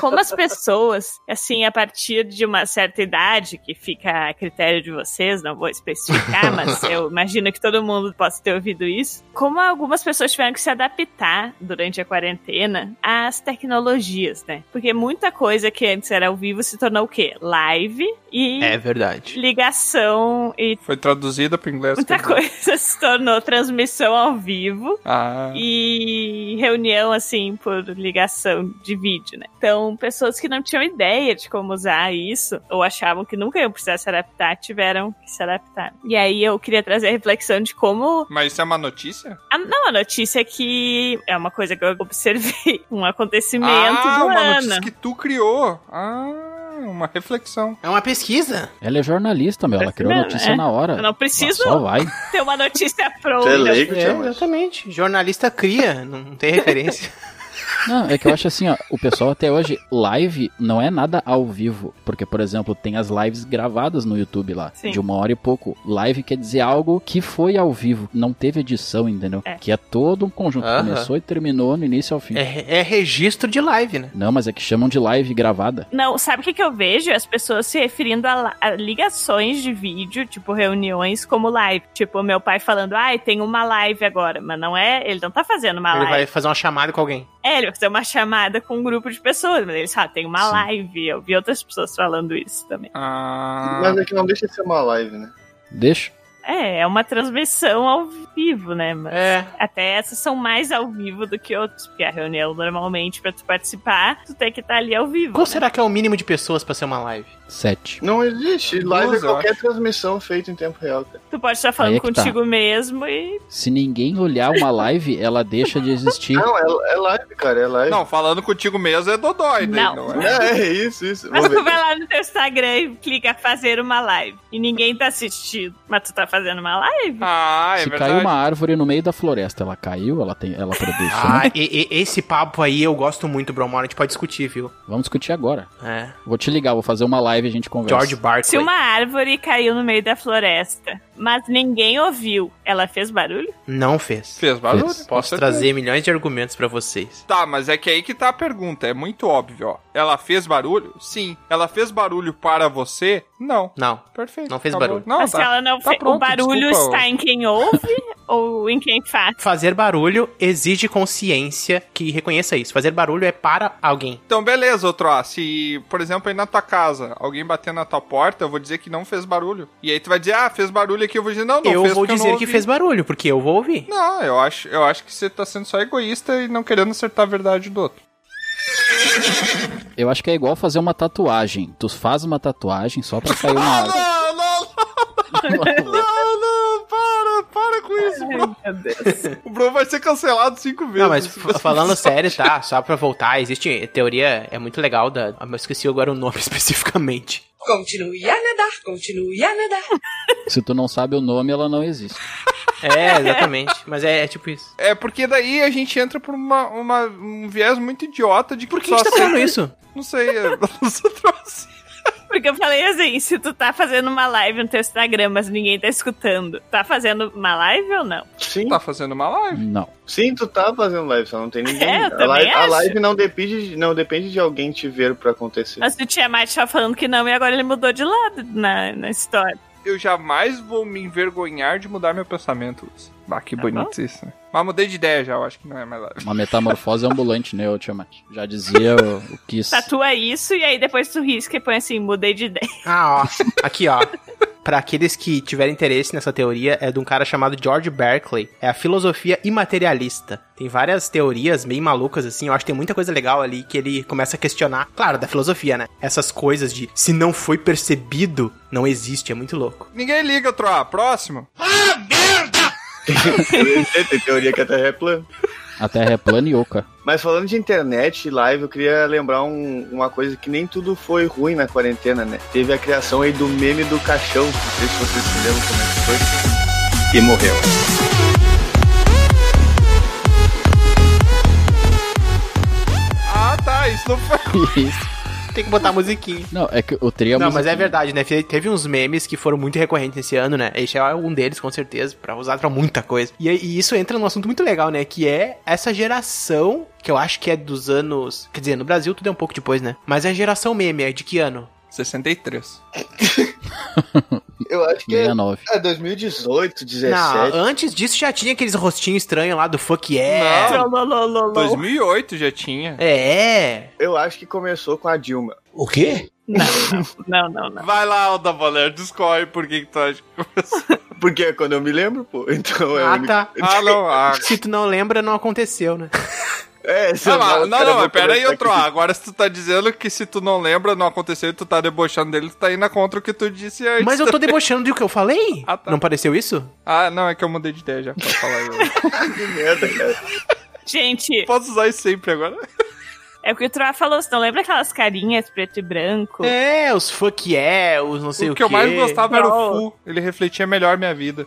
A: Como as pessoas, assim, a partir de uma certa idade, que fica a critério de vocês, não vou especificar, mas eu imagino que todo mundo possa ter ouvido isso. Como algumas pessoas tiveram que se adaptar durante a quarentena às tecnologias, né? Porque muita coisa que antes era ao vivo se tornou o quê? Live e
B: É verdade.
A: ligação e
D: Foi traduzida pro inglês.
A: muita
D: quer dizer.
A: coisa se tornou transmissão ao vivo
D: Ah,
A: e reunião assim por ligação de vídeo, né? Então, pessoas que não tinham ideia de como usar isso ou achavam que nunca iam precisar se adaptar, tiveram que se adaptar. E aí eu queria trazer a reflexão de como
D: mas isso é uma notícia?
A: a, não, a notícia é que é uma coisa que eu observei, um acontecimento
D: ah,
A: do
D: uma
A: ano.
D: notícia que tu criou. Ah, uma reflexão.
B: É uma pesquisa.
G: Ela é jornalista, meu. Ela criou a
A: Não,
G: notícia
A: é.
G: na hora.
A: Eu não preciso
G: Ela só vai.
A: ter uma notícia pronta.
E: Você é leigo,
B: É,
E: Tiamat?
B: exatamente. Jornalista cria, não tem referência.
G: Não, é que eu acho assim, ó, o pessoal até hoje, live não é nada ao vivo. Porque, por exemplo, tem as lives gravadas no YouTube lá,
A: Sim.
G: de uma hora e pouco. Live quer dizer algo que foi ao vivo, não teve edição, entendeu?
A: É.
G: Que é todo um conjunto.
B: Aham.
G: Começou e terminou no início ao fim.
B: É, é registro de live, né?
G: Não, mas é que chamam de live gravada.
A: Não, sabe o que, que eu vejo? As pessoas se referindo a, la- a ligações de vídeo, tipo reuniões, como live. Tipo, meu pai falando, ai, tem uma live agora. Mas não é, ele não tá fazendo uma
B: Ele
A: live.
B: vai fazer uma chamada com alguém.
A: É, ele vai fazer uma chamada com um grupo de pessoas. Mas ele só tem uma
G: Sim.
A: live. Eu vi outras pessoas falando isso também.
D: Ah,
E: Mas é que não deixa de ser uma live, né?
G: Deixa.
A: É, é uma transmissão ao vivo, né? Mas
B: É.
A: até essas são mais ao vivo do que outras. Porque a reunião, normalmente, pra tu participar, tu tem que estar ali ao vivo.
B: Qual será que é o mínimo de pessoas pra ser uma live?
G: Sete.
E: Não existe. Live
D: Duas,
E: é
D: eu
E: qualquer transmissão feita em tempo real, cara.
A: Tu pode estar
G: Aí
A: falando
G: é que tá.
A: contigo mesmo e
G: Se ninguém olhar uma live, ela deixa de existir.
E: Não, é, é live, cara. É live.
D: não, falando contigo mesmo é Dodói, daí,
A: Não.
D: não é?
E: É, é isso, isso.
A: Mas
E: Vamos
A: tu
E: ver.
A: vai lá no teu Instagram e clica fazer uma live. E ninguém tá assistindo. Mas tu tá fazendo uma live?
D: Ah, é
G: Se
D: verdade.
G: caiu uma árvore no meio da floresta, ela caiu, ela tem, ela produz. som.
B: Ah, e- e- esse papo aí eu gosto muito, Bromar. A gente pode discutir, viu?
G: Vamos discutir agora.
B: É.
G: Vou te ligar, vou fazer uma live e a gente conversa.
B: George Barclay.
A: Se uma árvore caiu no meio da floresta, mas ninguém ouviu, ela fez barulho?
B: Não fez.
D: Fez barulho.
G: Fez.
D: com
B: Posso
D: certeza.
B: trazer milhões de argumentos pra vocês.
D: Tá, mas é que aí que tá a pergunta. É muito óbvio, ó. Ela fez barulho? Sim. Ela fez barulho para você? Não.
B: Não.
D: Perfeito.
B: Não fez barulho.
D: Não,
A: mas se
D: tá.
A: ela não
D: tá
A: fez.
D: pronto,
A: o barulho
D: desculpa,
A: está
D: ô.
A: em quem ouve ou em quem faz?
B: Fazer barulho exige consciência que reconheça isso. Fazer barulho é para alguém.
D: Então, beleza, outro. ó. Se, por exemplo, aí na tua casa, alguém bater na tua porta, eu vou dizer que não fez barulho. E aí tu vai dizer, ah, fez barulho aqui. Eu vou dizer, não, não
B: eu
D: fez
B: vou
D: porque não
B: dizer que
D: ouvi.
B: fez barulho, porque eu vou ouvir.
D: Não, eu acho, eu acho que você tá sendo só egoísta e não querendo acertar a verdade do outro.
G: Eu acho que é igual fazer uma tatuagem. Tu faz uma tatuagem só pra cair uma árvore.
D: Ah, Não, não, não, não, não, para, para com isso, bro. O bro vai ser cancelado cinco vezes.
B: Não, mas
D: se
B: fa-
D: você-
B: falando sério, tá? Só pra voltar, existe teoria, é muito legal da. Ah, mas esqueci agora o nome especificamente.
F: Continue a nadar, continue a nadar.
G: Se tu não sabe o nome, ela não existe.
B: É, exatamente. mas é, é tipo isso.
D: É porque daí a gente entra por uma, uma- um viés muito idiota de
B: Por que a gente tá falando isso?
D: Não sei, eu não sou trouxe.
A: Porque porque eu falei assim: se tu tá fazendo uma live no teu Instagram, mas ninguém tá escutando, tá fazendo uma live ou não?
D: Sim. Tá fazendo uma live?
G: Não.
E: Sim, tu tá fazendo live, só não tem ninguém.
A: É, eu
E: a,
A: também
E: live, a
A: acho.
E: live não depende, de- não depende de alguém te ver pra acontecer.
A: Mas o Tiamat tava falando que não, e agora ele mudou de lado na, na história.
D: Eu jamais vou me envergonhar de mudar meu pensamento. Luz. Bah, que bonito isso. né? Mas mudei de ideia já, eu acho que não é mais live.
G: Uma metamorfose ambulante, né, ô Tiamat? Já dizia o, o Kiss.
A: Tatua isso e aí depois tu risca e põe assim: mudei de ideia.
B: Ah, ó. Aqui, ó. Pra aqueles que tiverem interesse nessa teoria, é de um cara chamado George Berkeley. É a filosofia imaterialista. Tem várias teorias meio malucas, assim. Eu acho que tem muita coisa legal ali que ele começa a questionar. Claro, da filosofia, né? Essas coisas de se não foi percebido, não existe. É muito louco.
D: Ninguém liga, Troa. Próximo.
E: tem teoria que a Terra é plana.
G: A Terra é plana e oca.
E: Mas falando de internet e live, eu queria lembrar um- uma coisa que nem tudo foi ruim na quarentena, né? Teve a criação aí do meme do caixão. Não sei se vocês se lembram como é que foi. E morreu.
D: Ah, tá. Isso não foi.
B: Tem que botar a musiquinha.
G: Não, é que o trio
B: Não, mas é verdade, né? Te- Teve uns memes que foram muito recorrentes esse ano, né? Esse é um deles, com certeza, pra usar pra muita coisa. E, e isso entra num assunto muito legal, né? Que é essa geração, que eu acho que é dos anos. Quer dizer, no Brasil tudo é um pouco depois, né? Mas é a geração meme, é de que ano?
D: 63.
E: Eu acho que é,
G: 69.
E: é 2018, 17.
B: Não, antes disso já tinha aqueles rostinhos estranhos lá do fuck yeah.
D: Não.
A: Trololololol.
D: 2008 já tinha.
B: É.
E: Eu acho que começou com a Dilma.
B: O quê?
A: Não, não, não.
D: Vai lá, Alda Valer, descobre por que, que tu acha que começou.
E: Porque é quando eu me lembro, pô. Então é o
B: Ah,
E: único-
B: tá.
D: Ah, não. Ah,
B: Se tu não lembra, não aconteceu, né?
E: É,
D: Não,
E: sei lá,
D: mas,
E: os
D: não,
E: caras
D: não,
E: vão
D: mas pera aí,
E: começar
D: outro.
E: aqui.
D: Agora, se tu tá dizendo que se tu não lembra, não aconteceu e tu tá debochando dele, tu tá indo contra o que tu disse antes.
B: Mas eu tô debochando do que eu falei?
D: Ah, tá.
B: Não pareceu isso?
D: Ah, não, é que eu mudei de ideia já. Pode falar eu.
E: Que merda, cara.
A: Gente,
D: Posso usar isso sempre agora?
A: é o que o Troá falou, você não lembra aquelas carinhas preto e branco?
B: É, os fuck yeah, os não sei o,
D: o que eu mais
B: quê.
D: gostava era o
A: Não.
D: Fu. Ele refletia melhor minha vida.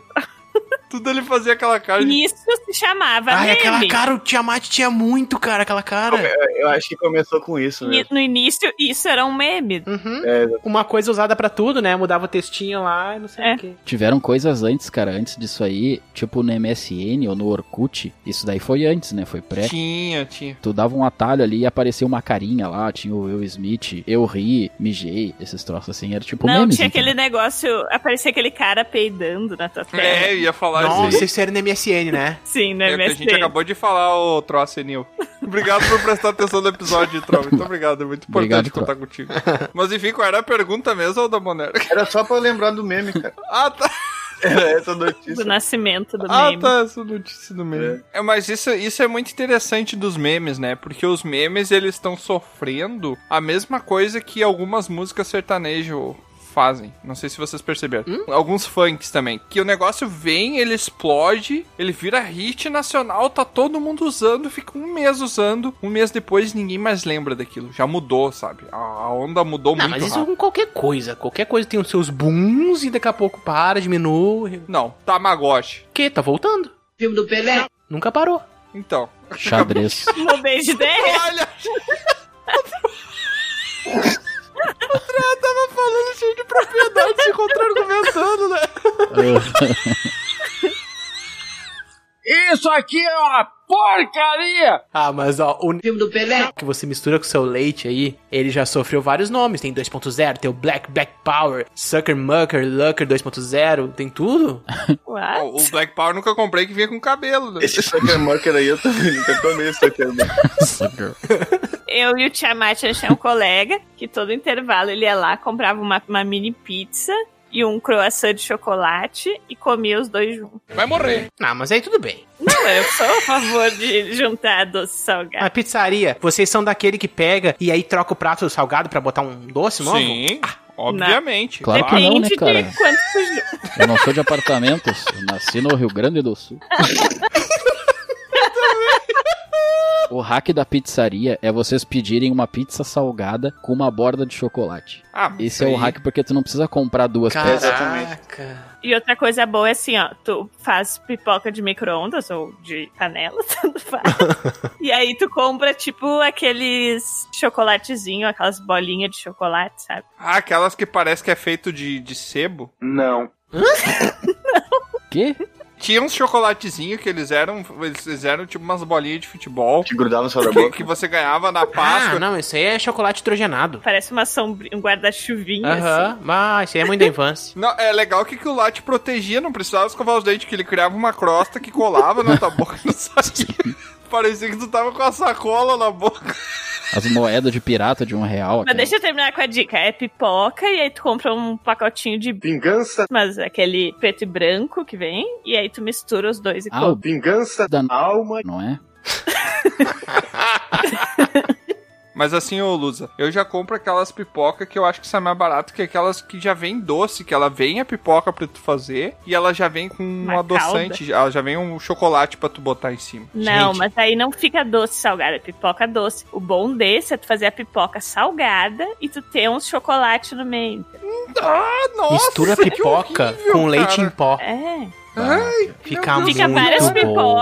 D: Tudo ele fazia aquela cara de...
A: E Isso se chamava
B: Ai,
A: meme.
B: aquela cara, o Tiamat tinha muito, cara, aquela cara.
E: Eu acho que começou com isso
A: E
E: mesmo.
A: no início, isso era um meme.
B: Uhum.
E: É,
B: Uma coisa usada pra tudo, né? Mudava o textinho lá e não sei
A: É.
B: o quê.
G: Tiveram coisas antes, cara, antes disso aí, tipo no MSN ou no Orkut. Isso daí foi antes, né? Foi pré.
D: É. Tinha, tinha.
G: Tu dava um atalho ali e aparecia uma carinha lá, tinha o Will Smith, eu ri, mijei, esses troços assim, era tipo
A: não,
G: memes.
A: tinha
G: entendeu?
A: aquele negócio, aparecia aquele cara peidando na tua assim, tela.
D: É, eu ia falar isso.
B: Nossa,
D: aí.
B: isso era no MSN, né?
A: Sim, no
D: É o que a gente
A: MSN.
D: acabou de falar, ô Troa Senil. Obrigado por prestar atenção no episódio, Troa. Muito obrigado, é muito importante
G: Obrigado, Troa.
D: contar contigo. Mas enfim, qual era a pergunta mesmo, Alda Monero?
E: Era só pra eu lembrar do meme, cara.
D: Ah, tá.
E: Era essa
A: Do
E: notícia.
A: nascimento do
D: Ah,
A: meme.
B: né?
D: tá, essa notícia do meme. É, mas isso, isso é muito interessante dos memes, né? Porque os memes, eles estão sofrendo a mesma coisa que algumas músicas sertanejo fazem. Não sei se vocês perceberam.
B: Hum?
D: Alguns funks também. Que o negócio vem, ele explode, ele vira hit nacional, tá todo mundo usando, fica um mês usando, um mês depois ninguém mais lembra daquilo. Já mudou, sabe? A- A onda mudou
B: Não,
D: muito
B: mas isso
D: rápido.
B: com qualquer coisa. Qualquer coisa tem os seus booms e daqui a pouco para, diminui.
D: Não, Tamagotchi.
B: Que? Tá voltando.
F: Filme do Pelé.
B: Nunca parou.
D: Então,
G: Xadrez.
A: Mudei de ideia.
D: Olha! O André tava falando cheio de propriedade, se contra-argumentando, né?
M: Isso aqui é uma porcaria!
B: Ah, mas ó, o
F: Filme do Pelé.
B: que você mistura com seu leite aí, ele já sofreu vários nomes. Tem 2.0, tem o Black, Black Power, Sucker Mucker, Lucker 2.0, tem tudo.
A: What?
D: O o Black Power nunca comprei que vinha com cabelo. né?
E: Esse Sucker Marker aí eu também nunca tomei esse Sucker Marker.
G: Sucker.
A: Eu e o Tiamat achei um colega que todo intervalo ele ia lá, comprava uma, uma mini pizza e um croissant de chocolate e comia os dois juntos.
D: Vai morrer.
B: Ah, mas aí tudo bem.
A: Não, eu sou a favor de juntar doce e
B: Na
A: salgado.
B: pizzaria, vocês são daquele que pega e aí troca o prato do salgado pra botar um doce novo?
D: Sim, Ah, obviamente.
G: Claro que não, né,
A: Depende
G: cara?
A: de quanto tu junta.
G: Eu não sou de apartamentos, eu nasci no Rio Grande do Sul. O hack da pizzaria é vocês pedirem uma pizza salgada com uma borda de chocolate.
D: Ah,
G: Esse é o hack porque tu não precisa comprar duas
B: Ah,
G: peças.
A: E outra coisa boa é assim, ó, tu faz pipoca de micro-ondas ou de panela, tanto faz. e aí tu compra, tipo, aqueles chocolatezinho, aquelas bolinhas de chocolate, sabe?
D: Ah, aquelas que parece que é feito de, de sebo?
E: Não.
G: Que?
D: Tinha uns chocolatezinhos que eles eram. Eles fizeram tipo umas bolinhas de futebol.
E: Que grudavam só na
D: que,
E: boca.
D: que você ganhava na Páscoa.
B: Ah, não, esse aí é chocolate hidrogenado.
A: Parece uma sombra, um guarda-chuvinho,
B: Aham,
A: assim.
B: mas isso aí é muito da infância.
D: Não, é legal que, que o lá te protegia, não precisava escovar os dentes, que ele criava uma crosta que colava na tua boca e não saía. Parecia que tu tava com a sacola na boca.
G: As moedas de pirata de um real.
A: Mas
G: aquela.
A: deixa eu terminar com a dica. É pipoca e aí tu compra um pacotinho de...
E: Vingança.
A: Mas aquele preto e branco que vem. E aí tu mistura os dois e
G: Ah,
A: come.
G: o
E: Vingança
G: da
E: alma.
G: Não é?
D: Mas assim, ô Lusa, eu já compro aquelas pipoca que eu acho que sai mais barato que aquelas que já vem doce, que ela vem a pipoca pra tu fazer e ela já vem com um
A: Uma
D: adoçante,
A: calda.
D: ela já vem um chocolate pra tu botar em cima.
A: Não,
D: Gente,
A: mas aí não fica doce salgada, é pipoca doce. O bom desse é tu fazer a pipoca salgada e tu ter uns chocolate no meio.
D: Ah, nossa!
B: Mistura
D: que
B: pipoca
D: horrível,
B: com leite
D: cara.
B: em pó.
A: É.
D: Ai,
B: Fica muito
A: Fica várias
B: boa.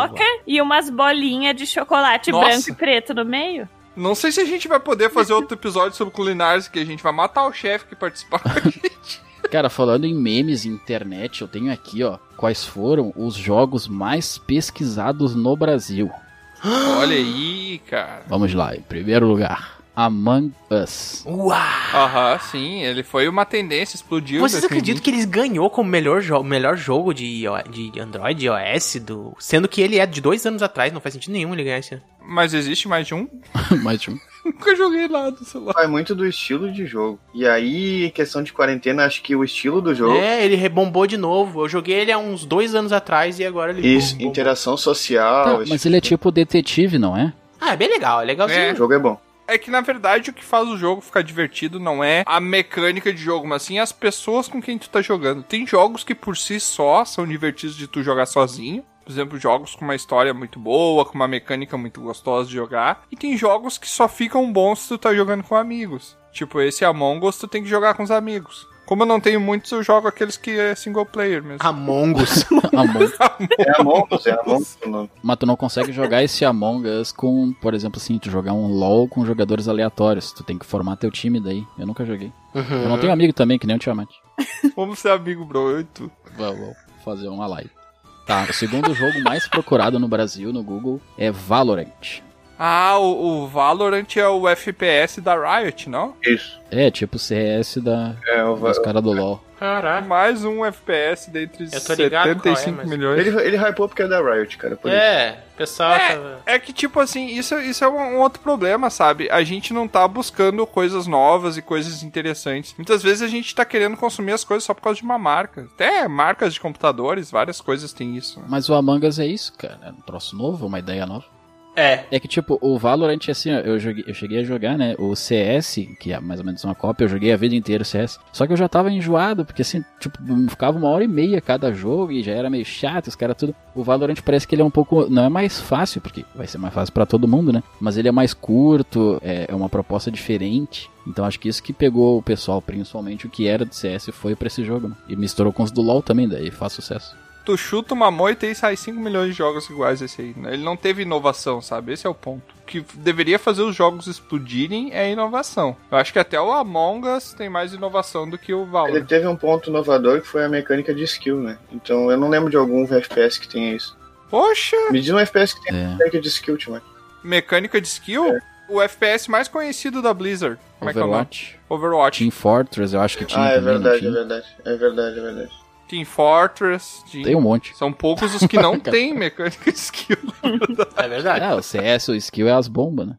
A: pipoca e umas bolinhas de chocolate
D: Nossa.
A: branco e preto no meio.
D: Não sei se a gente vai poder fazer outro episódio sobre culinárias, que a gente vai matar o chefe que participar com a gente.
G: Cara, falando em memes e internet, eu tenho aqui, ó, quais foram os jogos mais pesquisados no Brasil.
D: Olha aí, cara.
G: Vamos lá, em primeiro lugar, Among Us.
B: Uau!
D: Aham, sim, ele foi uma tendência, explodiu.
B: Vocês
D: assim,
B: acreditam que eles ganhou como melhor, jo melhor jogo de, iO- de Android, iOS, do... sendo que ele é de dois anos atrás, não faz sentido nenhum ele ganhar esse ano.
D: Mas existe mais de um?
G: Mais de um.
D: Nunca joguei nada, sei lá.
E: Vai muito do estilo de jogo. E aí, em questão de quarentena, acho que o estilo do jogo.
B: É, ele rebombou de novo. Eu joguei ele há uns dois anos atrás e agora ele.
E: Isso,
B: bombou.
E: interação social.
G: Tá,
E: esse
G: mas ele é tipo detetive, não é?
B: Ah, é bem legal, é legalzinho.
D: então- É.
E: O jogo é bom.
D: É que na verdade o que faz o jogo ficar divertido não é a mecânica de jogo, mas sim as pessoas com quem tu tá jogando. Tem jogos que por si só são divertidos de tu jogar sozinho. Por exemplo, jogos com uma história muito boa, com uma mecânica muito gostosa de jogar. E tem jogos que só ficam bons se tu tá jogando com amigos. Tipo, esse Among Us tu tem que jogar com os amigos. Como eu não tenho muitos, eu jogo aqueles que é single player mesmo.
B: Among Us.
G: Among
E: É Among Us, é Among Us o nome.
G: Mas tu não consegue jogar esse Among Us com, por exemplo, assim, tu jogar um LoL com jogadores aleatórios. Tu tem que formar teu time daí. Eu nunca joguei. Eu
B: Ah.
G: não tenho amigo também, que nem o Tiamat.
D: Vamos ser amigo, bro, eu e tu.
G: Vamos fazer uma live. Tá, o segundo jogo mais procurado no Brasil, no Google, é Valorant.
D: Ah, o, o Valorant é o FPS da Riot, não?
E: Isso.
G: É, tipo CS da,
E: É, o Va-
G: dos caras do LoL.
B: Caraca.
D: Mais um FPS dentre
B: Eu tô ligado
D: 75
B: qual é, mas-
D: milhões.
E: Ele, ele hypou porque é da Riot, cara. Por isso.
B: É, pessoal. tava-
D: É que, tipo assim, isso, isso é um, um outro problema, sabe? A gente não tá buscando coisas novas e coisas interessantes. Muitas vezes a gente tá querendo consumir as coisas só por causa de uma marca. Até marcas de computadores, várias coisas têm isso. né?
G: Mas o Among Us é isso, cara. É um troço novo, uma ideia nova.
B: É.
G: É que, tipo, o Valorant, assim, ó, eu, joguei- eu cheguei a jogar, né? O CS, que é mais ou menos uma cópia, eu joguei a vida inteira o CS. Só que eu já tava enjoado, porque, assim, tipo, ficava uma hora e meia cada jogo e já era meio chato, os caras tudo. O Valorant parece que ele é um pouco. Não é mais fácil, porque vai ser mais fácil pra todo mundo, né? Mas ele é mais curto, é, é uma proposta diferente. Então acho que isso que pegou o pessoal, principalmente o que era do CS, foi pra esse jogo, né? E misturou com os do LoL também, daí faz sucesso.
D: Tu chuta uma moita e sai 5 milhões de jogos iguais a esse aí. né? Ele não teve inovação, sabe? Esse é o ponto. O que deveria fazer os jogos explodirem é a inovação. Eu acho que até o Among Us tem mais inovação do que o Valorant.
E: Ele teve um ponto inovador que foi a mecânica de skill, né? Então eu não lembro de algum FPS que tenha isso.
D: Poxa!
E: Me diz um FPS que tenha
G: É.
E: mecânica de skill, Timar.
D: Mecânica de
A: É.
D: skill? O FPS mais conhecido da Blizzard. Como é que é o nome?
G: Overwatch.
D: Overwatch.
G: Team Fortress, eu acho que tinha
E: Ah, é
G: também, não
E: verdade, é
G: tinha?
E: verdade. É verdade, é verdade.
D: Team Fortress. Team-
G: Tem um monte.
D: São poucos os que não têm mecânica de skill.
B: É verdade.
G: É, o CS, o skill é as bombas, né?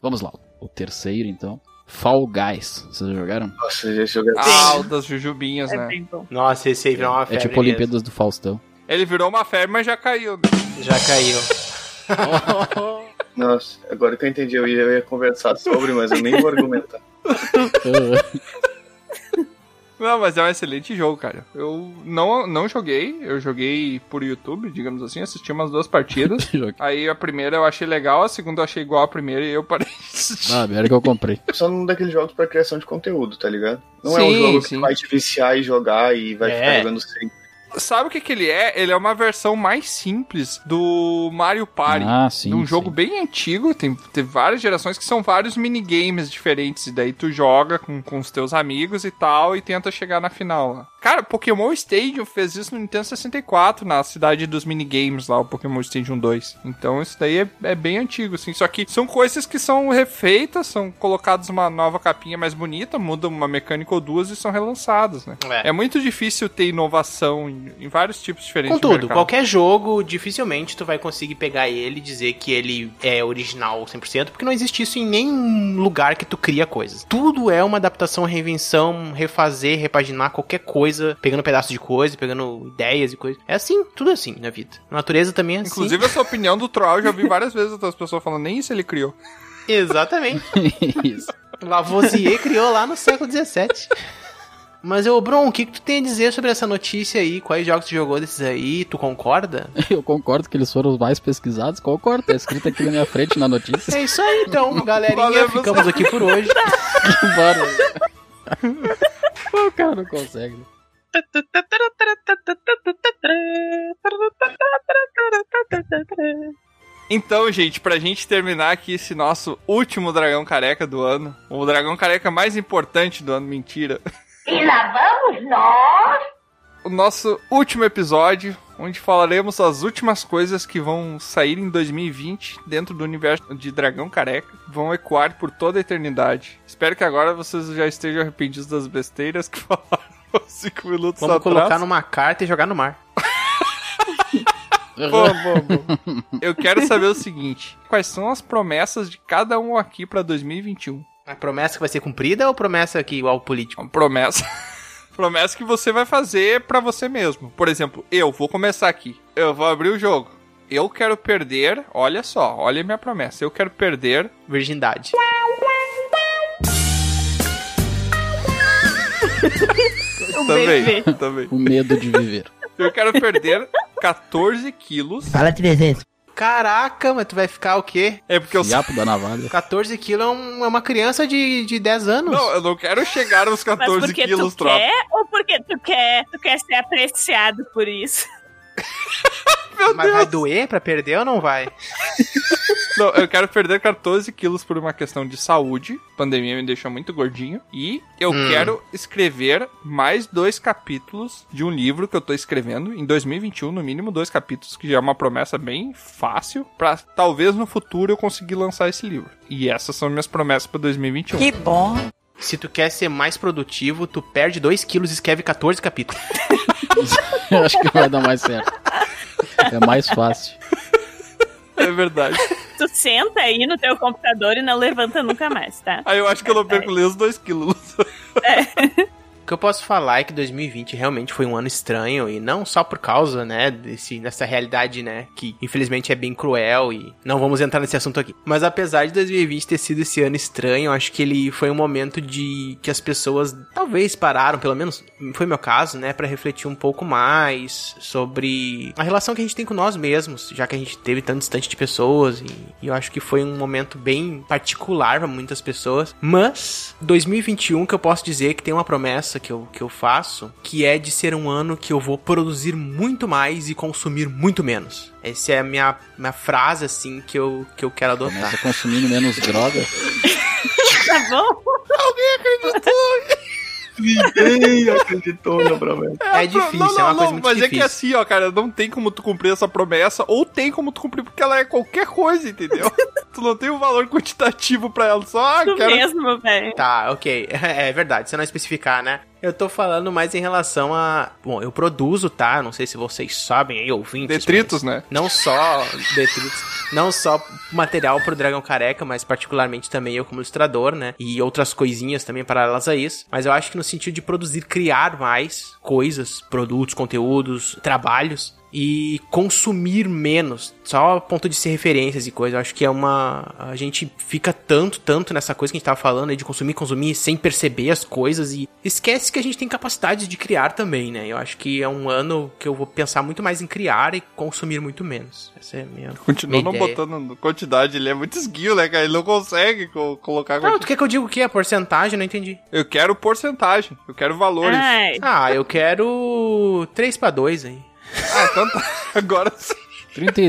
G: Vamos lá. O terceiro, então. Fall Guys. Vocês jogaram?
E: Nossa, esse jogo é
D: Ah, o das jujubinhas,
A: É
D: né?
A: bem bom.
B: Nossa, esse aí virou uma
G: É
B: febre.
G: tipo
B: mesmo.
G: Olimpíadas do Faustão.
D: Ele virou uma febre, mas já caiu. né?
B: Já caiu.
E: Nossa, agora que eu entendi, eu ia, eu ia conversar sobre, mas eu nem vou argumentar.
D: Não, mas é um excelente jogo, cara. Eu não, não joguei, eu joguei por YouTube, digamos assim, assisti umas duas partidas. aí a primeira eu achei legal, a segunda eu achei igual a primeira e eu parei de assistir.
G: Ah, era que eu comprei.
E: Só um daqueles jogos pra criação de conteúdo, tá ligado? Não é um jogo que vai te viciar e jogar e vai
D: É.
E: ficar jogando sempre.
D: Sabe o que, que ele é? Ele é uma versão mais simples do Mario Party.
G: Ah, sim,
D: É um
G: sim.
D: jogo bem antigo, tem, tem várias gerações que são vários minigames diferentes. E daí tu joga com, com os teus amigos e tal e tenta chegar na final lá. Cara, Pokémon Stadium fez isso no Nintendo 64, na cidade dos minigames lá, o Pokémon Stadium 2. Então isso daí é, é bem antigo, assim. Só que são coisas que são refeitas, são colocadas uma nova capinha mais bonita, mudam uma mecânica ou duas e são relançadas, né? É, muito difícil ter inovação em, em vários tipos diferentes de
B: Contudo,
D: mercado.
B: qualquer jogo, dificilmente tu vai conseguir pegar ele e dizer que ele é original 100%, porque não existe isso em nenhum lugar que tu cria coisas. Tudo é uma adaptação, reinvenção, refazer, repaginar qualquer coisa, pegando pedaço de coisa, pegando ideias e coisas. É assim, tudo é assim na vida. A natureza também é assim.
D: Inclusive, essa opinião do Troll eu já ouvi várias vezes outras pessoas falando, nem isso ele criou.
B: Exatamente. Lavoisier criou lá no século XVII. Mas, ô, Bron, o que, que tu tem a dizer sobre essa notícia aí? Quais jogos tu jogou desses aí? Tu concorda?
G: Eu concordo que eles foram os mais pesquisados, concordo, tá escrito aqui na minha frente na notícia.
B: É isso aí, então, galerinha.
G: Valeu,
B: ficamos aqui por hoje.
G: Bora. o cara não consegue. né?
D: Então, gente, pra gente terminar aqui esse nosso último dragão careca do ano, o dragão careca mais importante do ano, mentira.
K: E lá vamos nós.
D: O nosso último episódio, onde falaremos as últimas coisas que vão sair em 2020 dentro do universo de Dragão Careca, vão ecoar por toda a eternidade. Espero que agora vocês já estejam arrependidos das besteiras que falaram há 5 minutos
B: Vamos
D: atrás.
B: colocar numa carta e jogar no mar.
D: Bom, bom, bom. Eu quero saber o seguinte: quais são as promessas de cada um aqui pra 2021?
B: A promessa que vai ser cumprida ou promessa que igual o político?
D: Promessa. promessa que você vai fazer pra você mesmo. Por exemplo, eu vou começar aqui. Eu vou abrir o jogo. Eu quero perder, olha só, olha a minha promessa. Eu quero perder
B: virgindade.
D: também, também.
G: O medo de viver.
D: Eu quero perder 14 quilos.
G: Fala 300.
B: Caraca, mas tu vai ficar o quê?
D: É porque eu
G: Fiapo da navalha.
B: 14 quilos é, um- é uma criança de, de 10 anos.
D: Não, eu não quero chegar aos
A: Mas
D: 14
A: porque
D: quilos,
A: tu
D: tropa.
A: quer ou porque tu quer, tu quer ser apreciado por isso?
B: mas vai doer pra perder ou não vai?
D: Não, eu quero perder 14 quilos por uma questão de saúde. A pandemia me deixou muito gordinho. E eu
B: Hum.
D: quero escrever mais dois capítulos de um livro que eu tô escrevendo em 2021, no mínimo dois capítulos, que já é uma promessa bem fácil, pra talvez no futuro eu conseguir lançar esse livro. E essas são minhas promessas pra 2021.
B: bom. Se tu quer ser mais produtivo, tu perde 2 quilos e escreve 14 capítulos.
G: Eu acho que vai dar mais certo. É mais fácil.
D: É verdade.
A: Tu senta aí no teu computador e não levanta nunca mais, tá?
D: Aí eu acho que eu não perco nem os 2 quilos.
B: O que eu posso falar é que 2020 realmente foi um ano estranho e não só por causa, né, desse, dessa realidade, né, que infelizmente é bem cruel e não vamos entrar nesse assunto aqui. Mas apesar de 2020 ter sido esse ano estranho, acho que ele foi um momento de que as pessoas talvez pararam, pelo menos foi meu caso, né, para refletir um pouco mais sobre a relação que a gente tem com nós mesmos, já que a gente teve tão distante de pessoas e, e eu acho que foi um momento bem particular para muitas pessoas. Mas 2021 que eu posso dizer que tem uma promessa que eu, que eu faço, que é de ser um ano que eu vou produzir muito mais e consumir muito menos. Essa é a minha, minha frase assim que eu, que eu quero adotar.
G: Começa consumindo menos droga.
A: Tá bom?
K: Alguém acreditou?
E: Ninguém acreditou na promessa.
B: É
K: difícil,
D: não, não,
K: é uma coisa
D: não,
K: muito
D: mas é que
K: difícil.
D: assim, ó, cara, não tem como tu cumprir essa promessa, ou tem como tu cumprir, porque ela é qualquer coisa, entendeu? tu não tem um valor quantitativo pra ela, só ah, quero...
A: é. velho.
B: Tá, ok. É verdade, se eu não especificar, né? Eu tô falando mais em relação a. Bom, eu produzo, tá? Não sei se vocês sabem aí, ouvintes.
D: Detritos, né?
B: Não só detritos. Não só material pro Dragão Careca, mas particularmente também eu como ilustrador, né? E outras coisinhas também paralelas a isso. Mas eu acho que no sentido de produzir, criar mais coisas, produtos, conteúdos, trabalhos. e consumir menos, só a ponto de ser referências e coisa. Eu acho que é uma. A gente fica tanto, tanto nessa coisa que a gente tava falando aí de consumir, consumir sem perceber as coisas e esquece que a gente tem capacidade de criar também, né? Eu acho que é um ano que eu vou pensar muito mais em criar e consumir muito menos. Essa é a minha.
D: Continua
B: minha
D: não
B: ideia.
D: botando quantidade, ele é muito esguio, né, cara? Ele não consegue co- colocar
B: Não,
D: quantidade.
B: tu quer que eu diga o que? A porcentagem? Eu Não entendi.
D: Eu quero porcentagem, eu quero valores.
A: Ai.
B: Ah, eu quero 3 pra 2 aí.
D: Ah, então tá. Agora sim.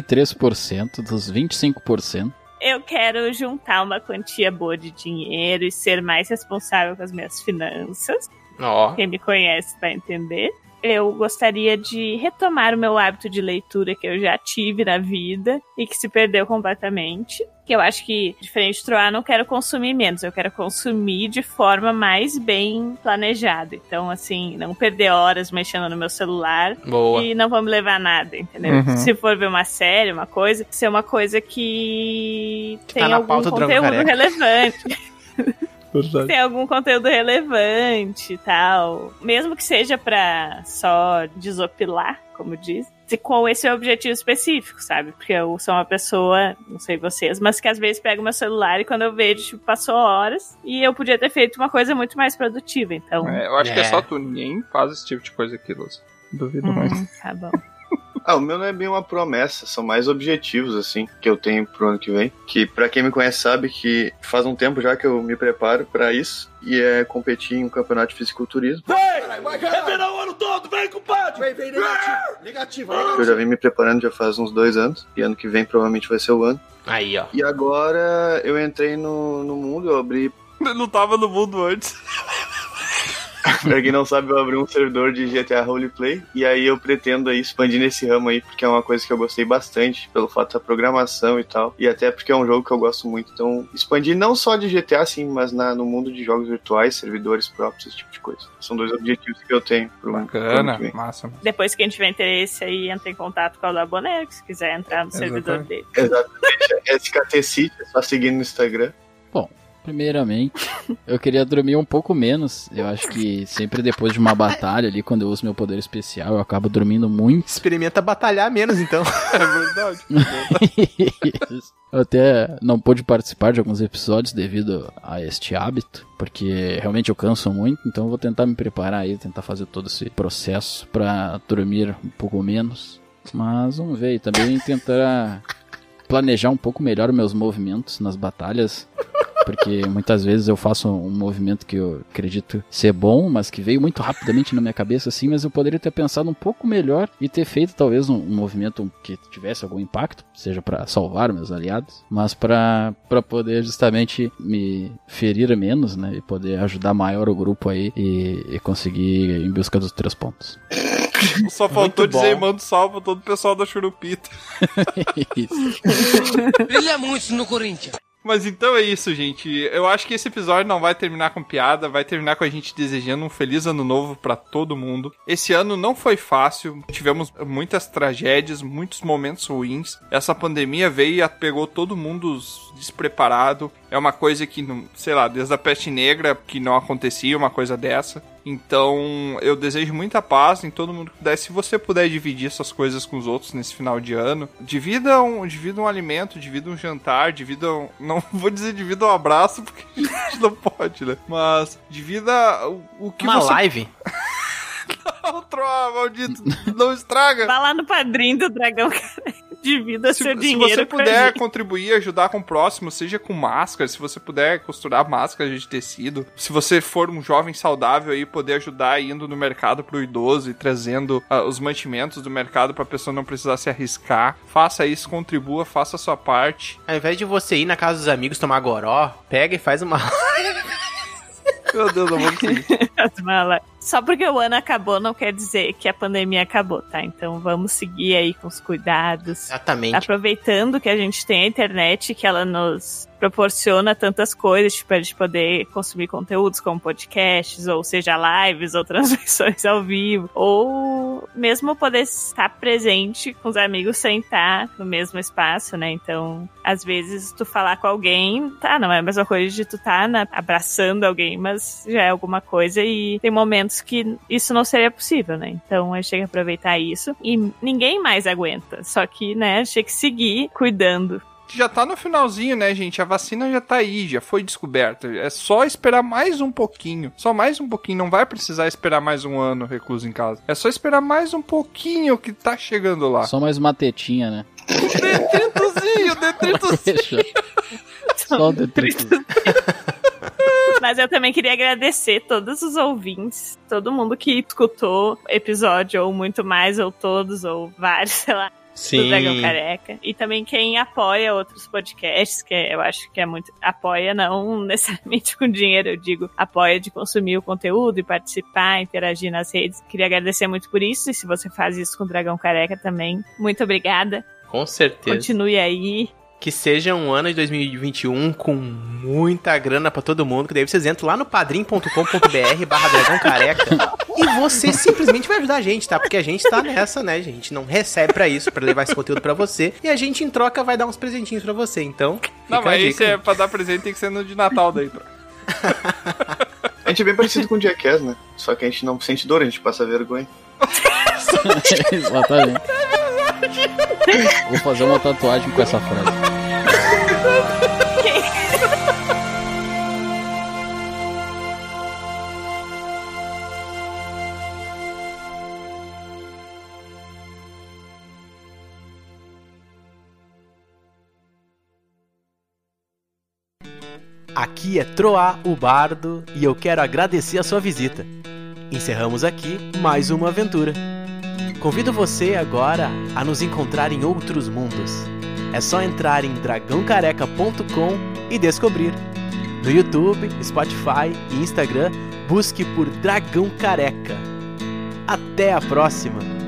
G: 33% dos 25%.
A: Eu quero juntar uma quantia boa de dinheiro e ser mais responsável com as minhas finanças.
B: Ó.
A: Quem me conhece vai entender. Eu gostaria de retomar o meu hábito de leitura que eu já tive na vida e que se perdeu completamente. Que eu acho que, diferente de Troar, não quero consumir menos, eu quero consumir de forma mais bem planejada. Então, assim, não perder horas mexendo no meu celular
B: Boa.
A: e não vou me levar a nada, entendeu?
B: Uhum.
A: Se for ver uma série, uma coisa, ser uma coisa que, tem
B: tá na
A: algum
B: pauta do Dragão
A: conteúdo
B: Careca.
A: relevante tem algum conteúdo relevante e tal. Mesmo que seja pra só desopilar, como diz. E com esse objetivo específico, sabe? Porque eu sou uma pessoa, não sei vocês, mas que às vezes pego meu celular e quando eu vejo, tipo, passou horas e eu podia ter feito uma coisa muito mais produtiva, então.
D: É, eu acho que é
E: É.
D: só tu, ninguém faz esse tipo de coisa aqui, Luz. Duvido
A: Hum,
D: mais.
A: tá bom.
E: Ah, o meu não é bem uma promessa, são mais objetivos, assim, que eu tenho pro ano que vem. Que pra quem me conhece sabe que faz um tempo já que eu me preparo pra isso, e é competir em um campeonato de fisiculturismo.
K: É verão o ano todo, vem, compadre! Ah! Vem, vem, negativo, negativo,
E: que eu já vim me preparando já faz uns dois anos, e ano que vem provavelmente vai ser o ano.
B: Aí, ó.
E: E agora eu entrei no, no mundo, eu abri.
D: Eu não tava no mundo antes.
E: pra quem não sabe, eu abri um servidor de GTA Roleplay, e aí eu pretendo aí expandir nesse ramo aí, porque é uma coisa que eu gostei bastante, pelo fato da programação e tal, e até porque é um jogo que eu gosto muito. Então, expandir não só de GTA, sim, mas na, no mundo de jogos virtuais, servidores próprios, esse tipo de coisa. São dois objetivos que eu tenho pro pro ano
D: Bacana,
E: que vem.
D: massa.
A: Depois quem tiver interesse aí, entra em contato com o Laboneiro, se quiser entrar no servidor dele.
E: Exatamente, é SKT City, é só seguir no Instagram.
G: Bom, primeiramente, eu queria dormir um pouco menos. Eu acho que sempre depois de uma batalha ali, quando eu uso meu poder especial, eu acabo dormindo muito.
B: Experimenta batalhar menos, então.
D: é verdade.
G: Eu até não pude participar de alguns episódios devido a este hábito, porque realmente eu canso muito, então eu vou tentar me preparar aí, tentar fazer todo esse processo pra dormir um pouco menos. Mas vamos ver, e também tentar planejar um pouco melhor os meus movimentos nas batalhas, porque muitas vezes eu faço um movimento que eu acredito ser bom, mas que veio muito rapidamente na minha cabeça assim, mas eu poderia ter pensado um pouco melhor e ter feito talvez um, um movimento que tivesse algum impacto, seja para salvar meus aliados, mas para para poder justamente me ferir menos, né, e poder ajudar maior o grupo aí e, e conseguir ir em busca dos três pontos.
D: Só faltou
G: Muito bom.
D: dizer mando salvo todo o pessoal da Churupita.
K: Brilha muito no Corinthians.
D: Mas então é isso, gente. Eu acho que esse episódio não vai terminar com piada, vai terminar com a gente desejando um feliz ano novo pra todo mundo. Esse ano não foi fácil, tivemos muitas tragédias, muitos momentos ruins. Essa pandemia veio e pegou todo mundo despreparado. É uma coisa que, não- sei lá, desde a peste negra que não acontecia uma coisa dessa. Então, eu desejo muita paz em todo mundo que puder. Se você puder dividir essas coisas com os outros nesse final de ano, divida um, divida um alimento, divida um jantar, divida um. Não vou dizer divida um abraço, porque a gente não pode, né? Mas divida o, o que
B: Uma
D: você.
B: live?
D: Não, Troa, maldito, não estraga.
A: Vá lá no padrinho do Dragão Careca. Divida
D: Se,
A: seu
D: se
A: dinheiro.
D: você
A: com a
D: puder
A: gente.
D: contribuir, ajudar com o próximo, seja com máscara, se você puder costurar máscara de tecido, se você for um jovem saudável aí, poder ajudar indo no mercado pro idoso e trazendo ah, os mantimentos do mercado pra pessoa não precisar se arriscar, faça isso, contribua, faça a sua parte.
B: Ao invés de você ir na casa dos amigos tomar goró, pega e faz uma.
D: Meu Deus, eu vou
A: As malas. Só porque o ano acabou não quer dizer que a pandemia acabou, tá? Então vamos seguir aí com os cuidados.
B: Exatamente.
A: Aproveitando que a gente tem a internet, que ela nos proporciona tantas coisas, tipo, a gente poder consumir conteúdos como podcasts, ou seja, lives, ou transmissões ao vivo, ou mesmo poder estar presente com os amigos sem estar no mesmo espaço, né? Então, às vezes, tu falar tá, né, com alguém, tá, não é a mesma coisa de tu estar na- abraçando alguém, mas já é alguma coisa, e e tem momentos que isso não seria possível, né? Então eu cheguei a aproveitar isso e ninguém mais aguenta. Só que, né, tinha que seguir cuidando.
D: Já tá no finalzinho, né, gente? A vacina já tá aí, já foi descoberta. É só esperar mais um pouquinho. Só mais um pouquinho. Não vai precisar esperar mais um ano recluso em casa. É só esperar mais um pouquinho que tá chegando lá.
G: Só mais uma tetinha, né?
D: Detritozinho, detritozinho.
G: Só um detrito.
A: Mas eu também queria agradecer todos os ouvintes, todo mundo que escutou episódio, ou muito mais, ou todos, ou vários, sei lá.
N: Sim.
A: Do Dragão Careca. E também quem apoia outros podcasts, que eu acho que é muito. Apoia não necessariamente com dinheiro, eu digo. Apoia de consumir o conteúdo e participar, interagir nas redes. Queria agradecer muito por isso. E se você faz isso com o Dragão Careca também, muito obrigada.
N: Com certeza.
A: Continue aí.
N: Que seja um ano de 2021 com muita grana pra todo mundo, que daí vocês entram lá no padrim.com.br barra dragão careca
B: E você simplesmente vai ajudar a gente, tá? Porque a gente tá nessa, né? A gente não recebe pra isso, pra levar esse conteúdo pra você. E a gente, em troca, vai dar uns presentinhos pra você. Então, fica
D: Não,
B: a
D: mas
B: dica
D: isso é pra dar presente tem que ser no de Natal daí, pra...
E: A gente é bem parecido com o Jackass, né? Só que a gente não sente dor, a gente passa vergonha.
G: Exatamente. Vou fazer uma tatuagem com essa frase.
N: Aqui é Troá, o Bardo, e eu quero agradecer a sua visita. Encerramos aqui mais uma aventura. Convido você agora a nos encontrar em outros mundos. É só entrar em dragãocareca.com e descobrir. No YouTube, Spotify e Instagram, busque por Dragão Careca. Até a próxima!